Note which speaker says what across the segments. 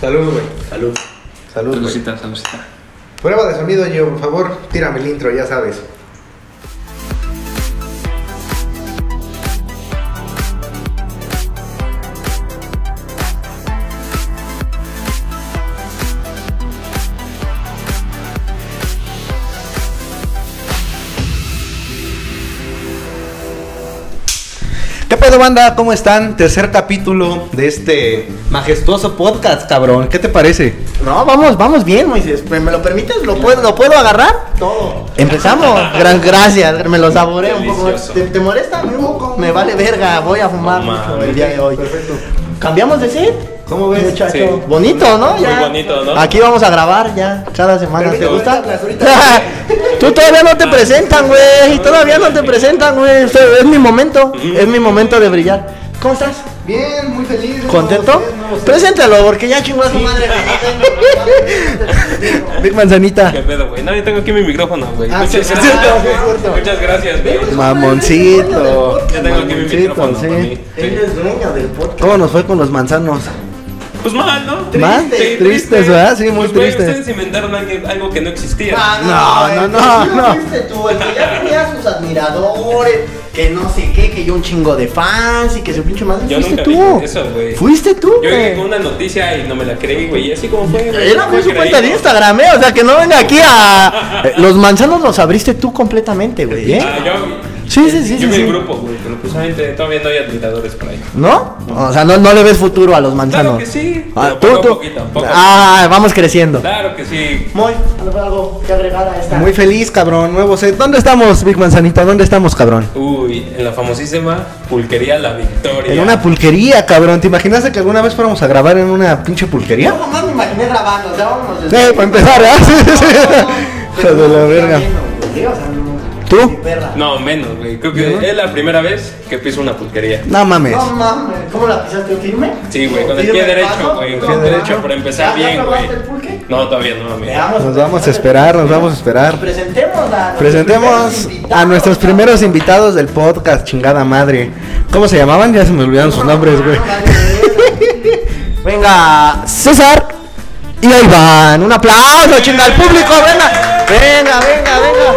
Speaker 1: Salud, güey.
Speaker 2: Salud.
Speaker 1: Salud, güey.
Speaker 3: Salucita, salucita.
Speaker 1: Prueba de sonido, yo, por favor. Tírame el intro, ya sabes.
Speaker 2: ¿Qué pedo, banda? ¿Cómo están? Tercer capítulo de este majestuoso podcast, cabrón. ¿Qué te parece?
Speaker 4: No, vamos, vamos bien, Moisés. ¿Me, me lo permites? ¿Lo puedo, ¿Lo puedo agarrar?
Speaker 1: Todo.
Speaker 4: Empezamos. Gran, gracias. Me lo saboreo un poco.
Speaker 3: Delicioso.
Speaker 4: ¿Te, te molesta? No, me vale verga. Voy a fumar
Speaker 3: No
Speaker 4: mucho
Speaker 3: mames.
Speaker 4: el día de hoy.
Speaker 1: Perfecto.
Speaker 4: ¿Cambiamos de set?
Speaker 1: ¿Cómo ves?
Speaker 4: Muchacho.
Speaker 3: Sí.
Speaker 4: Bonito, ¿no?
Speaker 3: Muy bonito, ¿no?
Speaker 4: Aquí vamos a grabar ya cada semana. ¿Te
Speaker 1: Permíteme,
Speaker 4: gusta?
Speaker 1: ahorita, ahorita.
Speaker 4: Tú todavía no te
Speaker 3: Ah.
Speaker 4: presentan, güey. Todavía no te presentan, güey. Este Es mi momento. Es mi momento de brillar. ¿Cómo estás?
Speaker 1: Bien, muy feliz.
Speaker 4: ¿Contento? Preséntalo, porque ya chingó a su madre. Big Manzanita.
Speaker 3: ¿Qué pedo, güey? No, yo tengo aquí mi micrófono, güey.
Speaker 1: Ah,
Speaker 3: muchas,
Speaker 1: sí,
Speaker 3: gracias,
Speaker 1: sí, sí,
Speaker 3: güey.
Speaker 1: cierto.
Speaker 3: muchas gracias, güey.
Speaker 4: Mamoncito.
Speaker 3: Ya tengo aquí mi
Speaker 4: Mamoncito,
Speaker 3: micrófono
Speaker 4: sí.
Speaker 3: para mí.
Speaker 4: Él
Speaker 3: Sí.
Speaker 4: es dueño del podcast. ¿Cómo nos fue con los manzanos?
Speaker 3: Pues mal, ¿no?
Speaker 4: Mal,
Speaker 3: Sí, triste.
Speaker 4: tristes, ¿verdad? Sí, muy
Speaker 3: Pues, güey,
Speaker 4: tristes. Ah,
Speaker 3: Ustedes inventaron algo algo que no existía.
Speaker 4: No,
Speaker 1: güey,
Speaker 4: no, no, no.
Speaker 1: sí lo fuiste tú,
Speaker 4: el que ya tenía sus admiradores, que no sé qué, que yo un chingo de fans y que su pinche madre.
Speaker 3: Yo
Speaker 4: fuiste
Speaker 3: nunca
Speaker 4: tú.
Speaker 3: dije eso, güey.
Speaker 4: Fuiste tú,
Speaker 3: Yo llegué
Speaker 4: güey.
Speaker 3: con una noticia y no me la creí, güey. Y así como fue. güey,
Speaker 4: Era
Speaker 3: no
Speaker 4: con
Speaker 3: fue
Speaker 4: su cuenta de
Speaker 3: creído.
Speaker 4: Instagram, ¿eh? O sea, que no venga aquí a. Eh, Los manzanos los abriste tú completamente, güey, ¿eh?
Speaker 3: Ah, yo.
Speaker 4: Sí, sí, sí,
Speaker 3: Yo
Speaker 4: sí,
Speaker 3: vi el
Speaker 4: sí.
Speaker 3: grupo, güey. Pero pues obviamente todavía no hay admiradores por ahí.
Speaker 4: ¿No? O sea, no, no le ves futuro a los manzanos.
Speaker 3: Claro que sí,
Speaker 4: Ah,
Speaker 3: pero
Speaker 4: tú,
Speaker 3: poco a
Speaker 4: tú.
Speaker 3: poquito, poco a
Speaker 4: ah, vamos creciendo.
Speaker 3: Claro que sí.
Speaker 4: Muy, algo que agregar a esta.
Speaker 2: Muy feliz, cabrón. Nuevo set. ¿Dónde estamos, Big Manzanita? ¿Dónde estamos, cabrón?
Speaker 3: Uy, en la famosísima pulquería La Victoria.
Speaker 2: En una pulquería, cabrón. ¿Te imaginaste que alguna vez fuéramos a grabar en una pinche
Speaker 4: Yo
Speaker 2: pulquería?
Speaker 4: jamás me imaginé grabando, o sea, vámonos.
Speaker 2: Sí, para empezar, ¿eh? Sí, sí, sí. Hijo de la verga. ¿Tú?
Speaker 3: No, menos, güey. Creo que
Speaker 2: ¿No?
Speaker 3: es la primera vez que piso una pulquería.
Speaker 2: No mames.
Speaker 4: No mames, ¿cómo la pisaste firme?
Speaker 3: Sí, güey, con el
Speaker 4: Firme
Speaker 3: pie
Speaker 4: el
Speaker 3: derecho,
Speaker 4: paso,
Speaker 3: güey.
Speaker 4: no
Speaker 3: Con el pie
Speaker 4: mames.
Speaker 3: derecho para empezar
Speaker 4: ¿Ya- ya
Speaker 3: bien, güey.
Speaker 4: probaste el pulque?
Speaker 3: No, todavía no, mami.
Speaker 4: Veamos,
Speaker 2: Nos
Speaker 4: pues,
Speaker 2: vamos a esperar, nos vamos a esperar.
Speaker 4: Presentemos a nuestros
Speaker 2: Presentemos
Speaker 4: primeros
Speaker 2: a
Speaker 4: invitados,
Speaker 2: nuestros
Speaker 4: ¿no?
Speaker 2: primeros invitados del podcast, chingada madre. ¿Cómo se llamaban? Ya se me olvidaron sus nombres, güey.
Speaker 4: Venga, César y ahí van. Un aplauso, chinga al público, venga. Venga, venga, venga.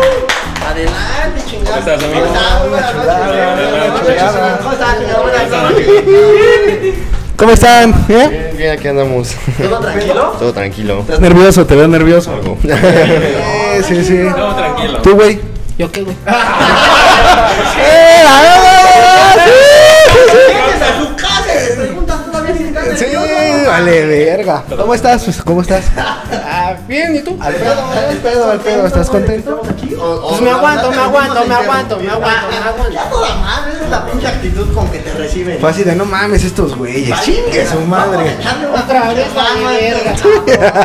Speaker 4: Adelante, chingada.
Speaker 3: ¿Cómo estás, amigo?
Speaker 4: Buenas noches,
Speaker 2: Chulada,
Speaker 4: buenas noches,
Speaker 2: chulada.
Speaker 4: ¿Cómo estás, señor?
Speaker 3: Buenas
Speaker 4: Buenas
Speaker 3: noches.
Speaker 2: ¿Cómo están? ¿Eh?
Speaker 5: Bien, bien, aquí andamos.
Speaker 4: ¿Todo tranquilo?
Speaker 5: Todo tranquilo.
Speaker 2: ¿Estás nervioso? ¿Te veo nervioso? Sí, sí, sí.
Speaker 3: No, tranquilo.
Speaker 2: ¿Tú, güey?
Speaker 4: Yo qué, güey.
Speaker 2: ¡Eh, la verga! Sí, sí,
Speaker 4: Llegas a tu casa y les preguntas todavía si estás
Speaker 2: sí. Sí,
Speaker 4: nervioso.
Speaker 2: vale, verga. ¿Cómo estás? ¿Cómo estás?
Speaker 4: Ah,
Speaker 5: bien, ¿y tú?
Speaker 2: Al pedo, al pedo, al pedo. ¿Estás contento?
Speaker 4: Pues me aguanto, me aguanto, me aguanto, me aguanto, me aguanto. Ya toda madre, esa es la pinche actitud con que te reciben.
Speaker 2: Fue así de no mames estos güeyes. Chingue su madre.
Speaker 4: Otra vez, verga.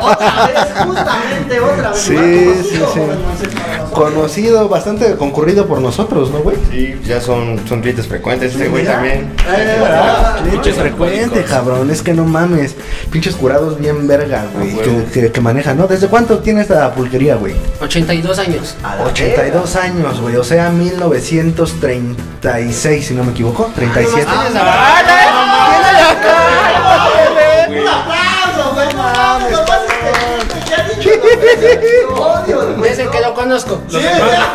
Speaker 4: Otra vez, justamente, otra vez.
Speaker 2: Sí,
Speaker 4: Igual
Speaker 2: sí,
Speaker 4: conocido,
Speaker 2: sí.
Speaker 4: pues, entonces, para nosotros.
Speaker 2: Conocido, bastante concurrido por nosotros, ¿no, güey?
Speaker 5: Sí, ya son, son clientes frecuentes. Este güey
Speaker 4: ¿Ya?
Speaker 5: también.
Speaker 4: Eh,
Speaker 2: Ah,
Speaker 4: ¿verdad?
Speaker 2: de hecho es frecuente, cabrón. Es que no mames. Pinches curados bien verga, güey.
Speaker 5: Ah,
Speaker 2: Que,
Speaker 5: huevo.
Speaker 2: que, que manejan, ¿no? ¿Desde cuánto tiene esta pulquería, güey?
Speaker 6: 82 años.
Speaker 4: A la
Speaker 2: 82 años, güey. O sea, 1936, si no me equivoco. 37.
Speaker 7: Ah,
Speaker 4: verga. Un aplauso, güey. No mames, no pases que- que ya dicho dos veces. Odio, güey.
Speaker 6: Desde que lo conozco.
Speaker 3: Los, demás-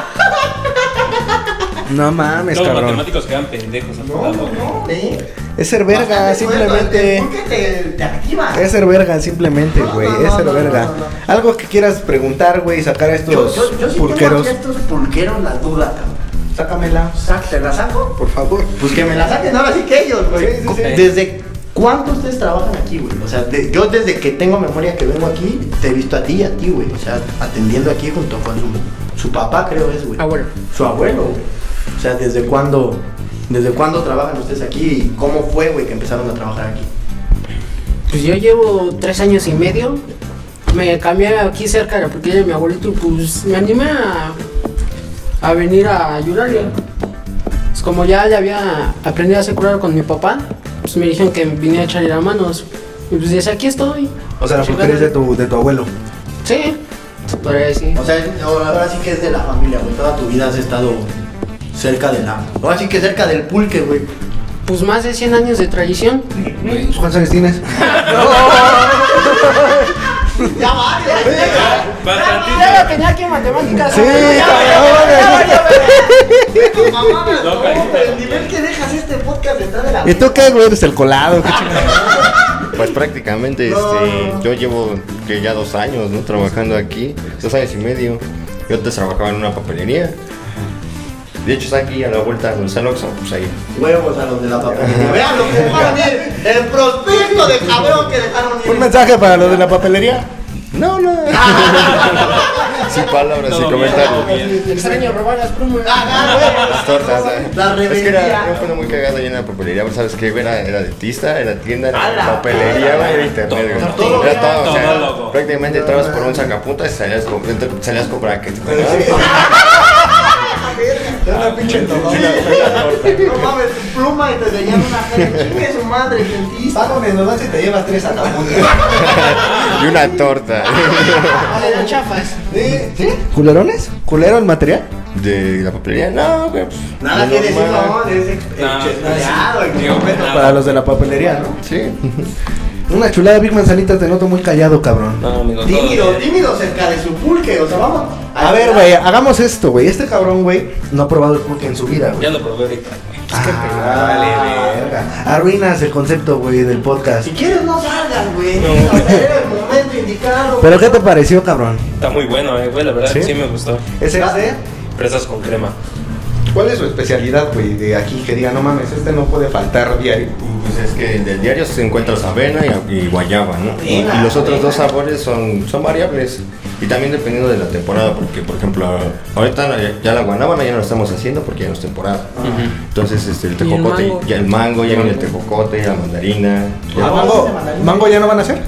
Speaker 2: No mames,
Speaker 3: los
Speaker 2: cabrón.
Speaker 3: matemáticos quedan pendejos. a tu
Speaker 4: No,
Speaker 3: lado,
Speaker 4: no,
Speaker 3: güey.
Speaker 4: no. ¿eh?
Speaker 2: Es ser verga,
Speaker 4: Bastante bueno,
Speaker 2: simplemente.
Speaker 4: ¿Por qué te, te activas?
Speaker 2: Es ser verga, simplemente,
Speaker 4: No,
Speaker 2: güey.
Speaker 4: no,
Speaker 2: Es
Speaker 4: no,
Speaker 2: ser
Speaker 4: no,
Speaker 2: verga.
Speaker 4: no, no.
Speaker 2: Algo que quieras preguntar, güey, sacar a estos
Speaker 4: Yo, yo, yo sí
Speaker 2: pulqueros.
Speaker 4: tengo aquí a estos pulqueros la duda, cabrón.
Speaker 2: Sácamela,
Speaker 4: Sa- ¿Te la saco?
Speaker 2: por favor.
Speaker 4: Pues que me la saquen ahora sí que ellos, güey.
Speaker 2: Sí, sí, sí.
Speaker 4: ¿Desde cuánto ustedes trabajan aquí, güey? O sea, de- yo desde que tengo memoria que vengo aquí, te he visto a ti y a ti, güey. O sea, atendiendo aquí junto con su, su papá, creo es, güey.
Speaker 6: Abuelo.
Speaker 4: Su abuelo, güey. O sea, ¿desde cuándo, ¿desde cuándo trabajan ustedes aquí y cómo fue, güey, que empezaron a trabajar aquí?
Speaker 6: Pues yo llevo 3 años y medio. Me cambié aquí cerca de la porquería de mi abuelito y pues me animé a, a venir a ayudarle. Pues como ya le había aprendido a hacer curar con mi papá, pues me dijeron que viniera a echarle las manos. Y pues desde aquí estoy. Pues,
Speaker 2: O sea, la pulquería es de tu, de tu abuelo.
Speaker 6: Sí, se podría decir.
Speaker 4: O sea, es- ahora ahora sí que es de la familia, güey. Toda tu vida has estado cerca de la... Ahora sí que cerca del pulque, güey.
Speaker 6: Pues más de 100 años de tradición.
Speaker 2: ¿Cuántos años tienes?
Speaker 7: Ya va, ya, ya.
Speaker 6: Ya lo
Speaker 3: Bastantito.
Speaker 6: tenía que en matemáticas.
Speaker 4: Sí,
Speaker 6: Ya, ya,
Speaker 4: cabrón.
Speaker 6: ya, ya, ya,
Speaker 7: No,
Speaker 6: ya.
Speaker 7: mamadas,
Speaker 3: No,
Speaker 7: no,
Speaker 3: carita.
Speaker 7: pero el nivel que dejas este podcast está de la.
Speaker 4: ¿Y tú qué, güey? Eres el colado. qué chingada.
Speaker 5: Pues prácticamente este, yo llevo que ya dos años ¿no? trabajando aquí, dos años y medio. Yo antes trabajaba en una papelería. De hecho, está aquí a la vuelta donde está el Oxxo, pues ahí.
Speaker 7: Huevos a los de la papelería. Vean lo que dejaron ir. El prospecto de cabrón que dejaron ir.
Speaker 4: Un mensaje para los de la papelería.
Speaker 5: No, no. Sin palabras, sin
Speaker 3: Todo bien, todo
Speaker 5: comentarios.
Speaker 3: bien.
Speaker 6: Extraño robar las plumas.
Speaker 7: Ah,
Speaker 5: Las
Speaker 7: güey.
Speaker 5: tortas, ¿eh?
Speaker 7: La
Speaker 5: Es que
Speaker 7: rebeldía.
Speaker 5: era, era un pedo muy cagado ahí en la papelería, pero ¿sabes qué? Era, era dentista, era tienda,
Speaker 7: A la
Speaker 5: era papelería,
Speaker 7: verga.
Speaker 5: güey, era internet, güey.
Speaker 7: Todo,
Speaker 5: Era todo, o sea,
Speaker 3: todólogo.
Speaker 5: prácticamente entrabas por un sacapuntas y salías con, ent- salías con bracket, güey, ¿no?
Speaker 7: Era una pinche No mames, tu pluma y te tenían una cara. Chingue su madre, dentista.
Speaker 2: Págame nomás si te llevas tres acabundas.
Speaker 5: Y una torta.
Speaker 6: Vale, no chafas.
Speaker 2: ¿Sí? ¿Sí?
Speaker 4: ¿Culerones? ¿Culero el material?
Speaker 5: ¿De la papelería? No, güey, pues.
Speaker 7: Nada
Speaker 5: lo
Speaker 7: que decir,
Speaker 5: normal.
Speaker 7: mamón, es ex-
Speaker 3: Nah,
Speaker 7: exchetuleado,
Speaker 3: sí. Digo,
Speaker 7: güey.
Speaker 3: nada.
Speaker 4: Para los de la papelería, ¿no?
Speaker 5: Sí.
Speaker 4: Una chulada, Big Manzanita, te noto muy callado, cabrón.
Speaker 3: No, amigo. todo
Speaker 7: Tímido,
Speaker 3: bien.
Speaker 7: tímido cerca de su pulque, o sea, vamos.
Speaker 4: A ver, güey, hagamos esto, güey. Este cabrón, güey, no ha probado el pulque en su vida, güey.
Speaker 3: Ya lo probé ahorita.
Speaker 2: Ah,
Speaker 4: Ah, verga. Arruinas el concepto, güey, del podcast.
Speaker 7: Si quieres no salgas, güey. O sea, era el momento indicado.
Speaker 4: ¿Pero qué te pareció, cabrón?
Speaker 3: Está muy bueno, eh, güey. La verdad,
Speaker 4: ¿Sí?
Speaker 3: sí, me gustó.
Speaker 4: ¿Ese
Speaker 7: ¿Vas,
Speaker 2: este?
Speaker 7: eh?
Speaker 3: Presas con crema.
Speaker 2: Ah, ¿Cuál es su especialidad, güey, de aquí? Que diga, no mames, este no puede faltar diario.
Speaker 5: Pues es que en el diario se encuentras avena y, y guayaba, ¿no? Y,
Speaker 7: Avena,
Speaker 5: y los otros
Speaker 7: avena.
Speaker 5: dos sabores son, son variables. Y también dependiendo de la temporada, porque por ejemplo, ahorita la- ya la guanábana ya no la estamos haciendo porque ya no es temporada. Entonces este, el
Speaker 6: el
Speaker 5: tejocote,
Speaker 6: mango.
Speaker 5: ya el mango, ya viene el tejocote, la mandarina. ya-
Speaker 7: Ah,
Speaker 2: ¿Mango, ¿Mango ya no van a hacer?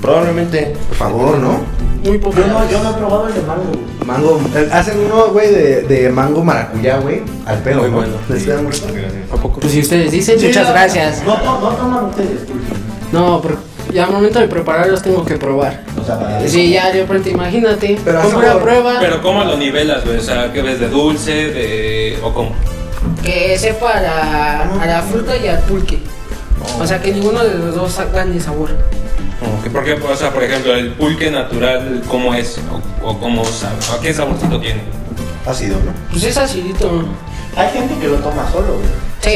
Speaker 5: Probablemente.
Speaker 2: Por favor, ¿no?
Speaker 6: Muy
Speaker 7: Yo
Speaker 6: popular.
Speaker 7: no, yo no he probado el de mango. güey.
Speaker 2: Mango, eh, hacen uno, güey, de, de mango maracuyá, güey, al pelo,
Speaker 3: Muy
Speaker 2: ¿no?
Speaker 3: bueno.
Speaker 2: Les queda muy rico.
Speaker 5: este,
Speaker 6: Pues si ustedes dicen, muchas
Speaker 7: Sí, no,
Speaker 6: gracias.
Speaker 7: No, no, no toman ustedes pulque.
Speaker 6: No, pero ya al momento de prepararlos tengo que probar.
Speaker 7: O sea, para
Speaker 6: Sí, ya, yo pronto, imagínate.
Speaker 2: Pero así
Speaker 6: con pura
Speaker 2: por-
Speaker 6: prueba.
Speaker 3: Pero ¿cómo lo nivelas, güey? O sea, ¿qué ves de dulce, de... o cómo?
Speaker 6: Que sepa a la, a la fruta y al pulque. O sea, que ninguno de los dos gane sabor.
Speaker 3: ¿Qué- ¿Por qué? O sea, por ejemplo, el pulque natural, ¿cómo es? ¿O, o cómo sabe? ¿A qué saborcito tiene?
Speaker 2: Ácido, ¿no?
Speaker 6: Pues es acidito.
Speaker 7: Hay gente que lo toma solo, güey.
Speaker 6: Sí.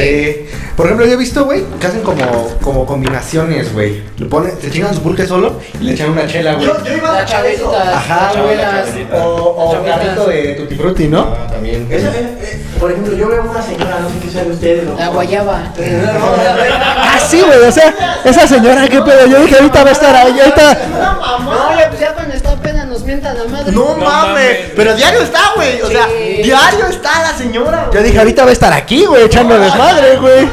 Speaker 2: Sí. Por ejemplo, yo he visto, güey, que hacen como, como combinaciones, güey. Le ponen, se chingan su pulque solo y le echan una chela, güey.
Speaker 7: Yo, yo iba a
Speaker 6: La
Speaker 7: sacar eso.
Speaker 6: chaveta.
Speaker 2: Ajá, güey.
Speaker 6: Las
Speaker 2: O,
Speaker 3: chavitas.
Speaker 2: o un
Speaker 6: Chavitas.
Speaker 2: carrito de tutti frutti, ¿no?
Speaker 5: Ah, también.
Speaker 7: Esa- eh, eh, por ejemplo, yo veo a una señora, no sé qué sea de ustedes. ¿no?
Speaker 6: La guayaba.
Speaker 7: Eh, no, no, la verga.
Speaker 4: Ah, sí, güey, o sea, esa señora, qué pedo. Yo dije, ahorita va a estar ahí,
Speaker 7: Es
Speaker 4: ahorita.
Speaker 7: una mamada.
Speaker 6: pues ya cuando está apenas nos mientan la madre.
Speaker 7: No,
Speaker 3: No
Speaker 7: mames,
Speaker 3: mames.
Speaker 7: pero diario está, güey. O sea,
Speaker 6: Sí.
Speaker 7: diario está la señora.
Speaker 4: Yo dije, ahorita va a estar aquí, güey, echando desmadre, güey.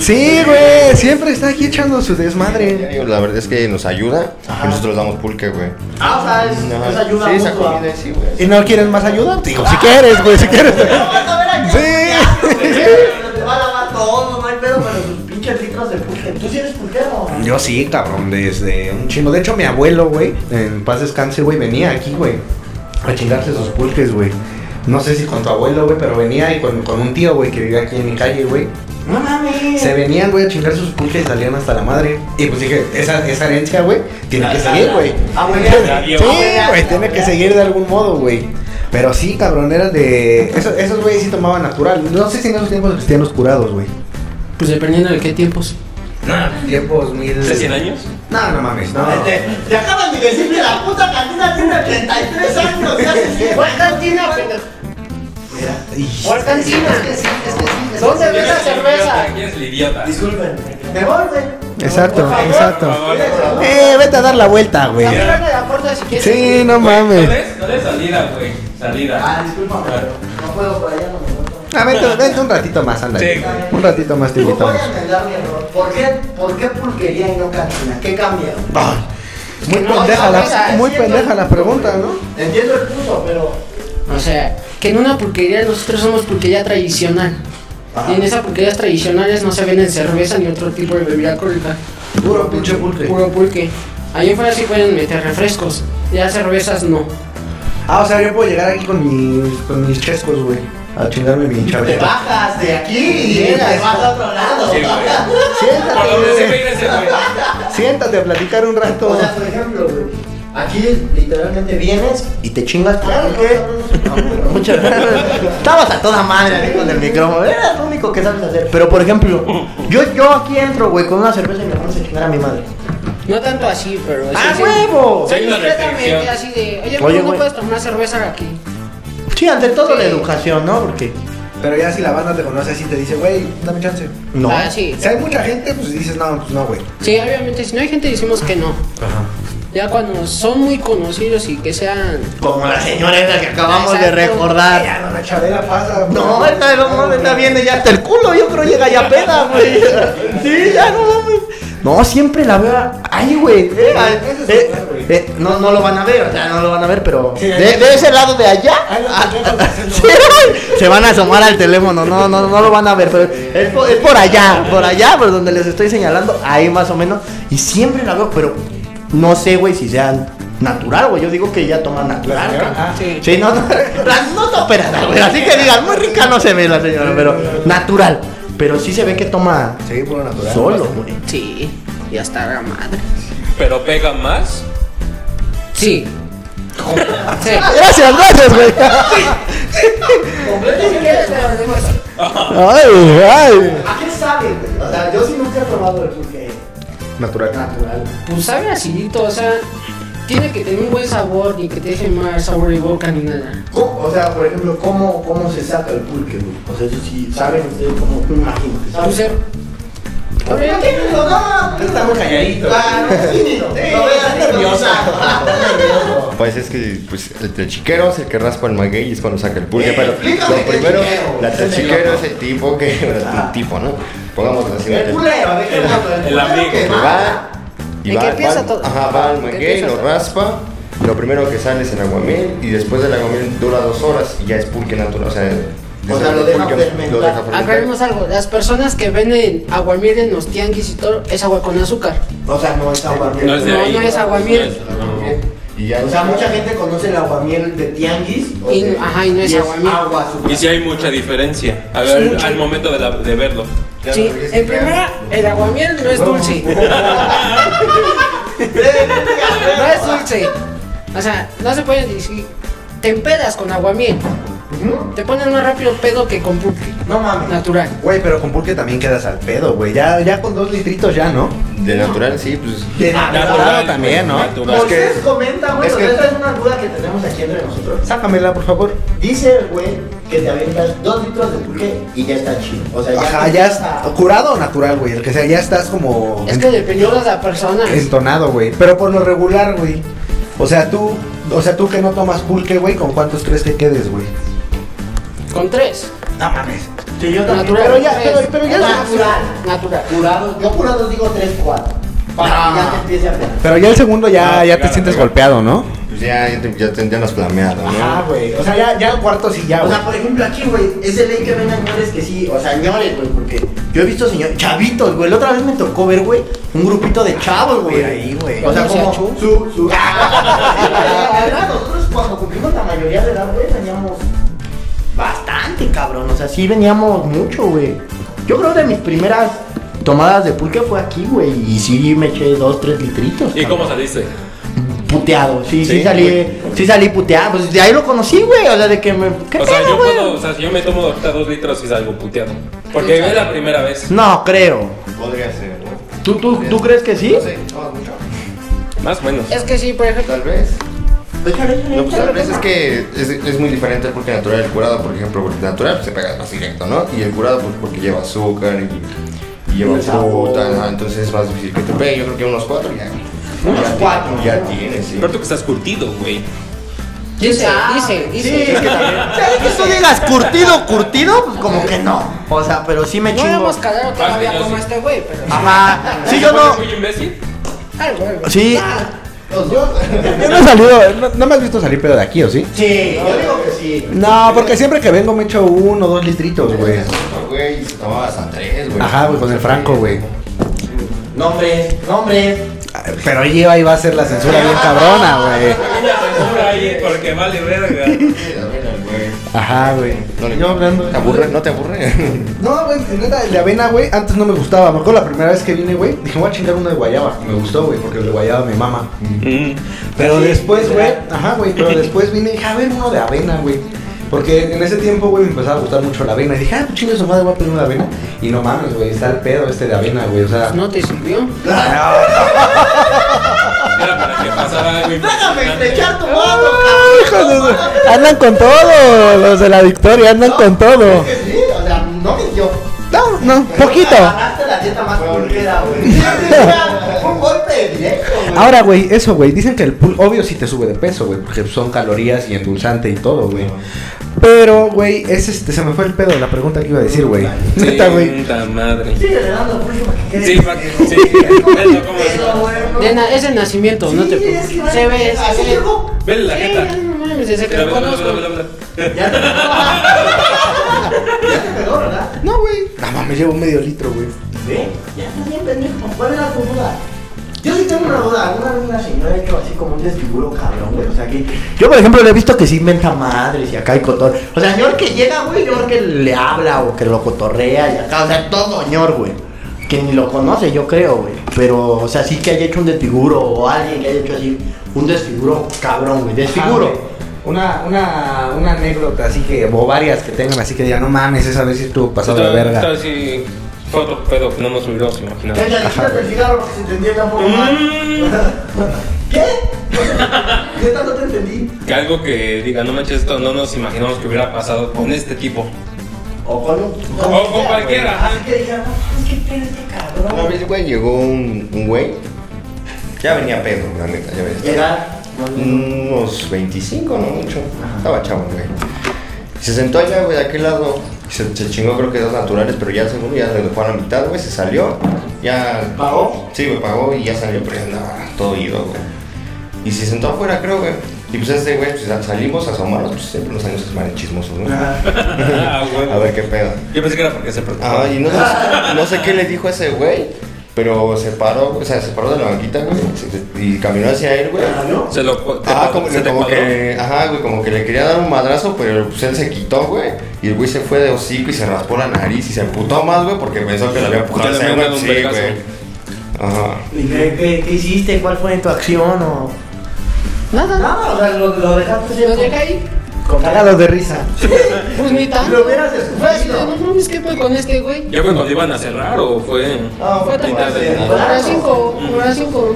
Speaker 4: Sí, güey, siempre está aquí echando su desmadre.
Speaker 5: Diario, La verdad es que nos ayuda y nosotros damos pulque, güey.
Speaker 7: Ah, o sea, es,
Speaker 5: Ajá.
Speaker 7: es ayuda
Speaker 5: Sí, esa
Speaker 7: mutua.
Speaker 5: comida, sí, güey.
Speaker 4: ¿Y no quieren más ayuda? Digo, si quieres, güey, si quieres.
Speaker 7: Pero vas a ver a
Speaker 4: Sí.
Speaker 7: qué- Pero Te va a lavar todo, no hay pedo, pero sus pinches litros de pulque. Tú sí eres pulquero.
Speaker 2: Yo sí, cabrón, desde un chingo. De hecho, mi abuelo, güey, en paz descanse, güey, venía aquí, güey, a chingarse sus pulques, güey. No sé si con tu abuelo, güey, pero venía y con, con un tío, güey, que vivía aquí en mi calle, güey.
Speaker 7: No mames.
Speaker 2: Se venían, güey, a chingar sus pulques y salían hasta la madre. Y pues dije, esa, esa herencia, güey, tiene que seguir, güey.
Speaker 7: Ah, güey, ya,
Speaker 2: Sí,
Speaker 3: ya,
Speaker 7: ya.
Speaker 2: güey, tiene que seguir de algún modo, güey. Pero sí, cabrón, eran de... Esos, esos güeyes sí tomaban natural. No sé si en esos tiempos existían los curados, güey.
Speaker 6: Pues dependiendo de qué tiempos.
Speaker 2: Tiempos mil...
Speaker 3: ¿Hace 100 años?
Speaker 2: No, no mames, no.
Speaker 7: Este, te acaban de decir que la puta cantina tiene 83 años. ¿Qué haces?
Speaker 6: ¿Cuál cantina, pendejo? ¿Cuál cantina? ¿Dónde ves la cerveza?
Speaker 3: Aquí es el idiota.
Speaker 7: Disculpen. Me voy, güey.
Speaker 4: Exacto,
Speaker 7: Por favor.
Speaker 4: exacto. Eh, vete a dar la vuelta, güey.
Speaker 6: También abre la puerta si quieres.
Speaker 4: Sí,
Speaker 3: Güey,
Speaker 4: no
Speaker 3: No
Speaker 4: mames.
Speaker 3: des, no des salida, güey.
Speaker 7: Ah,
Speaker 3: Salida.
Speaker 7: disculpa, pero no puedo por allá, no me puedo.
Speaker 4: Ah, vente, vente un ratito más, anda.
Speaker 3: Sí,
Speaker 4: Un ratito más te
Speaker 7: Digo, voy
Speaker 4: invitamos.
Speaker 7: a entender mi error. ¿Por qué, ¿Por qué pulquería y no cantina? ¿Qué cambia?
Speaker 4: Ay, Muy
Speaker 6: no,
Speaker 4: pendeja
Speaker 6: no,
Speaker 4: la,
Speaker 6: esa,
Speaker 4: muy
Speaker 7: siento-
Speaker 4: pendeja la pregunta, ¿no?
Speaker 7: Entiendo el punto, pero.
Speaker 6: O sea, que en una pulquería nosotros somos pulquería tradicional. Y en esas pulquerías tradicionales no se venden cerveza ni otro tipo de bebida alcohólica.
Speaker 2: Puro pinche pulque.
Speaker 6: Puro pulque. Ahí afuera sí pueden meter refrescos. Ya cervezas no.
Speaker 2: Ah, o sea, yo puedo llegar aquí con mis, con mis chescos, güey.
Speaker 1: a chingarme mi
Speaker 4: Te
Speaker 1: chaveta.
Speaker 4: bajas de aquí y te vas a otro lado.
Speaker 3: Sí, güey. Por
Speaker 1: Siéntate,
Speaker 3: donde se
Speaker 1: güey.
Speaker 3: ve ese güey.
Speaker 1: Siéntate a platicar un rato.
Speaker 4: O sea, por ejemplo, güey, aquí literalmente vienes y te chingas por
Speaker 1: Claro,
Speaker 4: algo.
Speaker 1: ¿qué?
Speaker 4: No, Muchas gracias. Estabas a toda madre ahí con el micrófono. Era lo único que sabes hacer. Pero por ejemplo, yo, yo aquí entro, güey, con una cerveza y me vamos a chingar a mi madre.
Speaker 6: No tanto así, pero.
Speaker 4: ¡Ah,
Speaker 6: sí, sí.
Speaker 4: huevo!
Speaker 6: O sea,
Speaker 3: Hay una
Speaker 6: discretamente,
Speaker 3: restricción.
Speaker 6: así de. Oye,
Speaker 4: Oye,
Speaker 6: ¿cómo no
Speaker 4: güey.
Speaker 6: puedes tomar una cerveza aquí?
Speaker 4: Sí, ante todo la educación, ¿no? Porque.
Speaker 2: Pero ya si la banda te conoce así, te dice, güey, dame chance.
Speaker 4: No.
Speaker 6: Ah, sí.
Speaker 2: Si hay mucha gente, pues dices, no, pues no, güey.
Speaker 6: Sí, obviamente, si no hay gente, decimos que no. Ya cuando son muy conocidos y que sean.
Speaker 4: Como la señora esa que acabamos de
Speaker 6: Exacto.
Speaker 4: recordar.
Speaker 2: no, la chavera pasa.
Speaker 4: No, esta no mames, esta viene ya hasta el culo, yo creo llega ya peda, güey. Sí, ya no mames. No, siempre la veo. a- Ay, güey. eh, ay, eh, eh, no, no lo van a ver, o sea, no lo van a ver, pero. De, de ese lado de allá. ah, ah, sí, se van a asomar al teléfono, no, no, no lo van a ver, pero es por, es por allá, por allá, por donde les estoy señalando, ahí más o menos. Y siempre la veo, pero no sé, güey, si sea natural, güey. Yo digo que ella toma natural.
Speaker 2: señora?
Speaker 4: cabrón.
Speaker 2: Ah,
Speaker 6: sí.
Speaker 4: Sí, no, no, no está operada, güey. Así que digan, muy rica no se ve la señora, pero natural. Pero sí se ve que toma
Speaker 2: Sí, por lo natural.
Speaker 4: solo, güey.
Speaker 6: Sí, y hasta la madre.
Speaker 3: Pero pega más.
Speaker 6: Sí. Sí.
Speaker 4: Ah, Gracias, gracias, güey. Ay, ay. ¿A qué sabe, güey? O sea, yo sí nunca he probado el pulque
Speaker 2: Natural.
Speaker 4: natural.
Speaker 6: Pues sabe acidito, o sea, tiene que tener un buen sabor ni que te deje mal sabor de boca ni nada.
Speaker 4: ¿Cómo? O sea, por ejemplo, ¿cómo, cómo se saca el pulque, güey? O sea, eso sí, ¿saben ustedes cómo? Me imagino que
Speaker 6: Pues
Speaker 4: saben.
Speaker 6: Ahora,
Speaker 4: no, está muy calladito. Ah, no, sí, no. Lo veas nervioso.
Speaker 5: Pues es que pues, el techiquero es el que raspa el maguey y es cuando saca el pulque,
Speaker 4: Eh,
Speaker 5: pero
Speaker 4: explícame
Speaker 5: lo primero,
Speaker 4: techiquero.
Speaker 5: la techiquero es el tipo que, el tipo, ¿no? Pongamos así,
Speaker 4: El
Speaker 5: el
Speaker 4: culero, dejémoslo,
Speaker 3: El
Speaker 4: culero
Speaker 3: amigo.
Speaker 4: que
Speaker 5: que
Speaker 4: va.
Speaker 5: va y
Speaker 6: El
Speaker 5: va,
Speaker 6: que empieza
Speaker 5: va-
Speaker 6: todo.
Speaker 5: Ajá, va al
Speaker 6: El que
Speaker 5: maguey,
Speaker 6: empieza
Speaker 5: lo
Speaker 6: todo.
Speaker 5: raspa, lo primero que sale es el aguamiel y después del aguamiel dura dos horas y ya es pulque natural, o sea,
Speaker 4: O sea, lo
Speaker 5: el
Speaker 4: deja
Speaker 5: pulque
Speaker 4: fermentar.
Speaker 5: lo deja fermentar.
Speaker 6: aclaremos algo, las personas que venden aguamiel en los tianguis y todo es agua con azúcar.
Speaker 4: O sea, no es aguamiel.
Speaker 3: No es de
Speaker 6: No,
Speaker 3: ahí.
Speaker 6: no es aguamiel.
Speaker 5: Y ya
Speaker 4: O sea, mucha gente conoce el aguamiel de tianguis. o
Speaker 6: Y-
Speaker 4: de-
Speaker 6: ajá, y no es aguamiel.
Speaker 4: agua
Speaker 3: Y
Speaker 4: azúcar.
Speaker 3: si hay mucha diferencia. A
Speaker 6: Sí,
Speaker 3: ver,
Speaker 6: mucha.
Speaker 3: al momento de, la- de verlo.
Speaker 5: Ya
Speaker 6: Sí,
Speaker 5: lo ves y
Speaker 6: en
Speaker 5: ya-
Speaker 6: primera, el aguamiel no es dulce. No es dulce. O sea, no se puede decir. Te empedas con aguamiel. Te ponen más rápido pedo que con pulque.
Speaker 4: No mames.
Speaker 6: Natural.
Speaker 2: Güey, pero con pulque también quedas al pedo, güey. Ya, ya con dos litritos ya, ¿no?
Speaker 5: De natural, sí, pues.
Speaker 2: De natural también, ¿no?
Speaker 3: Natural.
Speaker 2: Es
Speaker 4: Moisés
Speaker 2: que-
Speaker 4: comenta, güey,
Speaker 2: es
Speaker 4: o sea,
Speaker 2: que-
Speaker 4: esta es una duda que tenemos aquí entre nosotros.
Speaker 2: Sácamela, por favor.
Speaker 4: Dice el güey que te avientas dos litros de pulque y ya está chido. O sea, ya,
Speaker 2: Ajá,
Speaker 4: te
Speaker 2: ya
Speaker 4: empieza-
Speaker 2: es curado o natural, güey. El que sea, ya estás como
Speaker 6: Es que dependiendo de la persona.
Speaker 2: entonado, güey. Pero por lo regular, güey. O sea, tú, o sea, tú que no tomas pulque, güey, ¿con cuántos crees que quedes, güey?
Speaker 6: Con tres.
Speaker 2: No mames.
Speaker 4: Sí, yo también.
Speaker 6: Natural.
Speaker 4: Pero ya,
Speaker 6: tres.
Speaker 4: pero, pero ya es natural.
Speaker 6: Natural.
Speaker 4: Curado, yo curado digo 3, 4. Para que ya te empiece a pegar.
Speaker 2: Pero ya el segundo ya,
Speaker 3: Ah,
Speaker 2: ya te
Speaker 3: claro,
Speaker 2: sientes
Speaker 3: claro.
Speaker 2: golpeado, ¿no?
Speaker 5: Pues ya, ya, te- ya te- ya lo has flameado, ¿no?
Speaker 2: Ajá, güey. O sea, ya, ya el cuarto sí ya,
Speaker 4: O
Speaker 2: güey.
Speaker 4: sea, por ejemplo, aquí, güey, es de ley que ven señores que sí, o sea, señores, güey, porque yo he visto señores, chavitos, güey. La otra vez me tocó ver, güey, un grupito de chavos, güey.
Speaker 2: Ahí, güey.
Speaker 4: O sea,
Speaker 6: ¿Cómo se
Speaker 4: como
Speaker 6: achú?
Speaker 4: su, su... Además, nosotros cuando cumplimos la mayoría de edad, güey, veníamos bastante, cabrón. O sea, sí veníamos mucho, güey. Yo creo de mis primeras tomadas de pulque fue aquí, güey. Y sí me eché dos, tres litritos.
Speaker 3: ¿Y
Speaker 4: cabrón
Speaker 3: cómo saliste?
Speaker 4: puteado. Sí, sí,
Speaker 3: Sí,
Speaker 4: salí,
Speaker 3: güey.
Speaker 4: sí salí puteado. Pues de ahí lo conocí, güey. O sea, de que me. ¿Qué
Speaker 3: O sea,
Speaker 4: pedo,
Speaker 3: yo
Speaker 4: güey?
Speaker 3: puedo, o sea, si yo me tomo ahorita dos litros y salgo puteado. Porque es la primera vez.
Speaker 4: No, creo.
Speaker 5: Podría ser, ¿no?
Speaker 4: ¿Tú, tú, ¿Tú crees que sí?
Speaker 5: No sé, no, mucho.
Speaker 3: Más o menos.
Speaker 6: Es que sí, por ejemplo.
Speaker 5: Tal vez.
Speaker 4: Échale, échale,
Speaker 5: No, pues
Speaker 4: échale,
Speaker 5: tal vez es
Speaker 4: échale.
Speaker 5: que es, es muy diferente el pulque natural y el curado, por ejemplo, porque el natural pues, se pega más directo, ¿no? Y el curado pues porque lleva azúcar y, y lleva
Speaker 4: El sabor.
Speaker 5: fruta, ajá, entonces es más difícil que te pegue, yo creo que unos cuatro ya.
Speaker 4: Unos
Speaker 5: ya
Speaker 4: cuatro.
Speaker 5: ti- Ya tienes, sí.
Speaker 3: Pero tú que estás curtido, güey.
Speaker 6: Dice, dice, dice.
Speaker 4: Sí, es que también. O sea, de que tú digas curtido, curtido, pues como que no. O sea, pero sí me
Speaker 6: No
Speaker 4: chingo.
Speaker 6: hemos cagado
Speaker 3: Más
Speaker 6: todavía
Speaker 3: que yo
Speaker 6: como
Speaker 3: sí.
Speaker 6: este güey, pero.
Speaker 7: Ah.
Speaker 4: Ajá. Sí,
Speaker 3: ¿Te
Speaker 4: yo no.
Speaker 3: pones muy imbécil?
Speaker 6: Algo, algo.
Speaker 4: Sí.
Speaker 2: Yo no he salido, no, no me has visto salir pedo de aquí, ¿o sí?
Speaker 4: Sí, eh, yo digo que sí.
Speaker 2: No, porque siempre que vengo me echo uno o dos litritos, güey.
Speaker 5: Güey, se tomabas a tres, güey.
Speaker 2: Ajá, güey, con el Franco, güey.
Speaker 4: Nombres, nombres.
Speaker 2: Pero ahí va- ahí va a ser la censura bien cabrona, güey.
Speaker 3: Una censura ahí porque vale verga.
Speaker 5: Sí, la verdad, güey.
Speaker 2: Ajá, güey.
Speaker 5: No le-
Speaker 2: Yo hablando.
Speaker 5: ¿Te aburre? ¿No te aburre?
Speaker 2: No, güey, neta, el de avena, güey, antes no me gustaba. Me acuerdo la primera vez que vine, güey, dije, voy a chingar uno de guayaba. Me gustó, güey, porque el de guayaba me mama.
Speaker 3: Mm.
Speaker 2: Pero después, güey, ajá, güey, pero después vine y dije, a ver uno de avena, güey. Porque en ese tiempo, güey, me empezaba a gustar mucho la avena. Y dije, ah, pues chingue su madre, voy a pedir uno de avena. Y no mames, güey, está el pedo este de avena, güey, o
Speaker 7: Ah,
Speaker 2: sea.
Speaker 6: No te sirvió.
Speaker 3: Era para que pasara algo importante.
Speaker 2: tu mano!
Speaker 4: Andan con todo, los de la victoria, andan con todo.
Speaker 2: Sí, o sea, no mintió.
Speaker 4: No, no, poquito.
Speaker 2: la dieta más pulquera, güey. Un golpe directo, Ahora, güey, eso, güey. Dicen que el pulpo, obvio, sí te sube de peso, güey. Porque son calorías y endulzante y todo, güey. Pero, güey, es este, se me fue el pedo de la pregunta que iba a decir, güey. Neta, güey.
Speaker 3: Puta madre.
Speaker 7: Síguele dando pulso para que quede.
Speaker 3: Sí, pa- sí. Eso, ¿cómo es?
Speaker 7: Pero, bueno.
Speaker 6: De na- es de nacimiento, no te
Speaker 7: Sí, es que
Speaker 6: preocupes.
Speaker 7: vale.
Speaker 6: Se ve, se
Speaker 7: Así
Speaker 6: ve.
Speaker 7: llegó.
Speaker 3: Vele la
Speaker 6: Sí,
Speaker 3: jeta.
Speaker 6: no mames, desde que
Speaker 3: Vela,
Speaker 6: lo
Speaker 3: vela, vela,
Speaker 6: conozco.
Speaker 3: vela, vela.
Speaker 7: Ya te Ya te pegó, ¿verdad?
Speaker 2: No, güey. Nada más me llevo medio litro, güey.
Speaker 7: ¿Ve? Ya está bien, pendejo. ¿Cuál era tu duda? Yo sí tengo una duda. Alguna vez una señora ha hecho así como un desfiguro cabrón, güey. O sea que. Yo, por ejemplo, le he visto que sí inventa madres y acá hay cotor. O sea, señor que llega, güey, señor que le habla o que lo cotorrea y acá. O sea, todo señor, güey. Que ni lo conoce, yo creo, güey. Pero, o sea, sí que haya hecho un desfiguro o alguien que haya hecho así un desfiguro cabrón, Ah, güey. Desfiguro.
Speaker 2: Ah, Una, una, una anécdota así que, o varias que tengan, así que digan, no mames, esa vez sí estuvo pasado de
Speaker 3: Esto- esto
Speaker 2: verga.
Speaker 3: sí Fue otro pedo que no nos hubiéramos imaginado.
Speaker 7: Venga, quítate el cigarro porque se entendía un poco
Speaker 3: Mm.
Speaker 7: mal. ¿Qué? Neta, no te entendí.
Speaker 3: Que algo que diga, no manches, esto no nos imaginamos que hubiera pasado con este tipo.
Speaker 7: O con un.
Speaker 3: O con cualquiera, ajá.
Speaker 7: Así que digan, no, qué pedo este
Speaker 5: Una
Speaker 7: cabrón.
Speaker 5: vez, güey, llegó un, un güey. Ya venía pedo, la neta, ya venía.
Speaker 7: Llega.
Speaker 5: Unos 25, no mucho. Estaba chavo, güey. Se sentó allá, güey, de aquel lado. Se, se chingó, creo que dos naturales, pero ya seguro ya le dejó a la mitad, güey. Se salió. Ya.
Speaker 7: ¿Pagó?
Speaker 5: Sí, me pagó y ya salió, pero ya andaba todo ido, güey. Y se sentó afuera, creo, güey. Y pues ese, güey, pues salimos a asomarnos, pues siempre nos salimos a asomar chismosos, ¿no?
Speaker 3: Ah, güey.
Speaker 5: A ver qué pedo.
Speaker 3: Yo pensé que era porque se preocupaba.
Speaker 5: Ah, y no sé, no sé qué le dijo ese güey, pero se paró, o sea, se paró de la banquita, güey, se- y caminó hacia él, güey.
Speaker 7: Ah, ¿no?
Speaker 3: Se lo te-
Speaker 5: Ah, como,
Speaker 3: se te
Speaker 5: como
Speaker 3: cuadró.
Speaker 5: que, ajá, güey, como que le quería dar un madrazo, pero pues él se quitó, güey, y el güey se fue de hocico y se raspó la nariz y se emputó más, güey, porque pensó que le había
Speaker 3: Ya
Speaker 5: empujado
Speaker 3: le
Speaker 5: ese
Speaker 3: habían
Speaker 5: güey,
Speaker 3: dado un
Speaker 5: sí,
Speaker 3: vergazo.
Speaker 5: güey. Ajá.
Speaker 7: ¿Y qué, qué- qué hiciste? ¿Cuál fue tu acción? O...
Speaker 6: Nada,
Speaker 7: Nada, o sea, lo, lo dejaste
Speaker 6: se lo
Speaker 7: ser
Speaker 6: deja ahí.
Speaker 7: con cagados de risa.
Speaker 6: Pues ni tanto.
Speaker 7: Lo hubieras escupido.
Speaker 6: No mames, ¿qué fue con este güey?
Speaker 3: ¿Ya fue cuando iban a cerrar o fue...?
Speaker 7: No,
Speaker 6: Fue tan
Speaker 7: por hacer
Speaker 5: Ah.
Speaker 6: Hora
Speaker 7: brazos.
Speaker 6: 5, hora 5.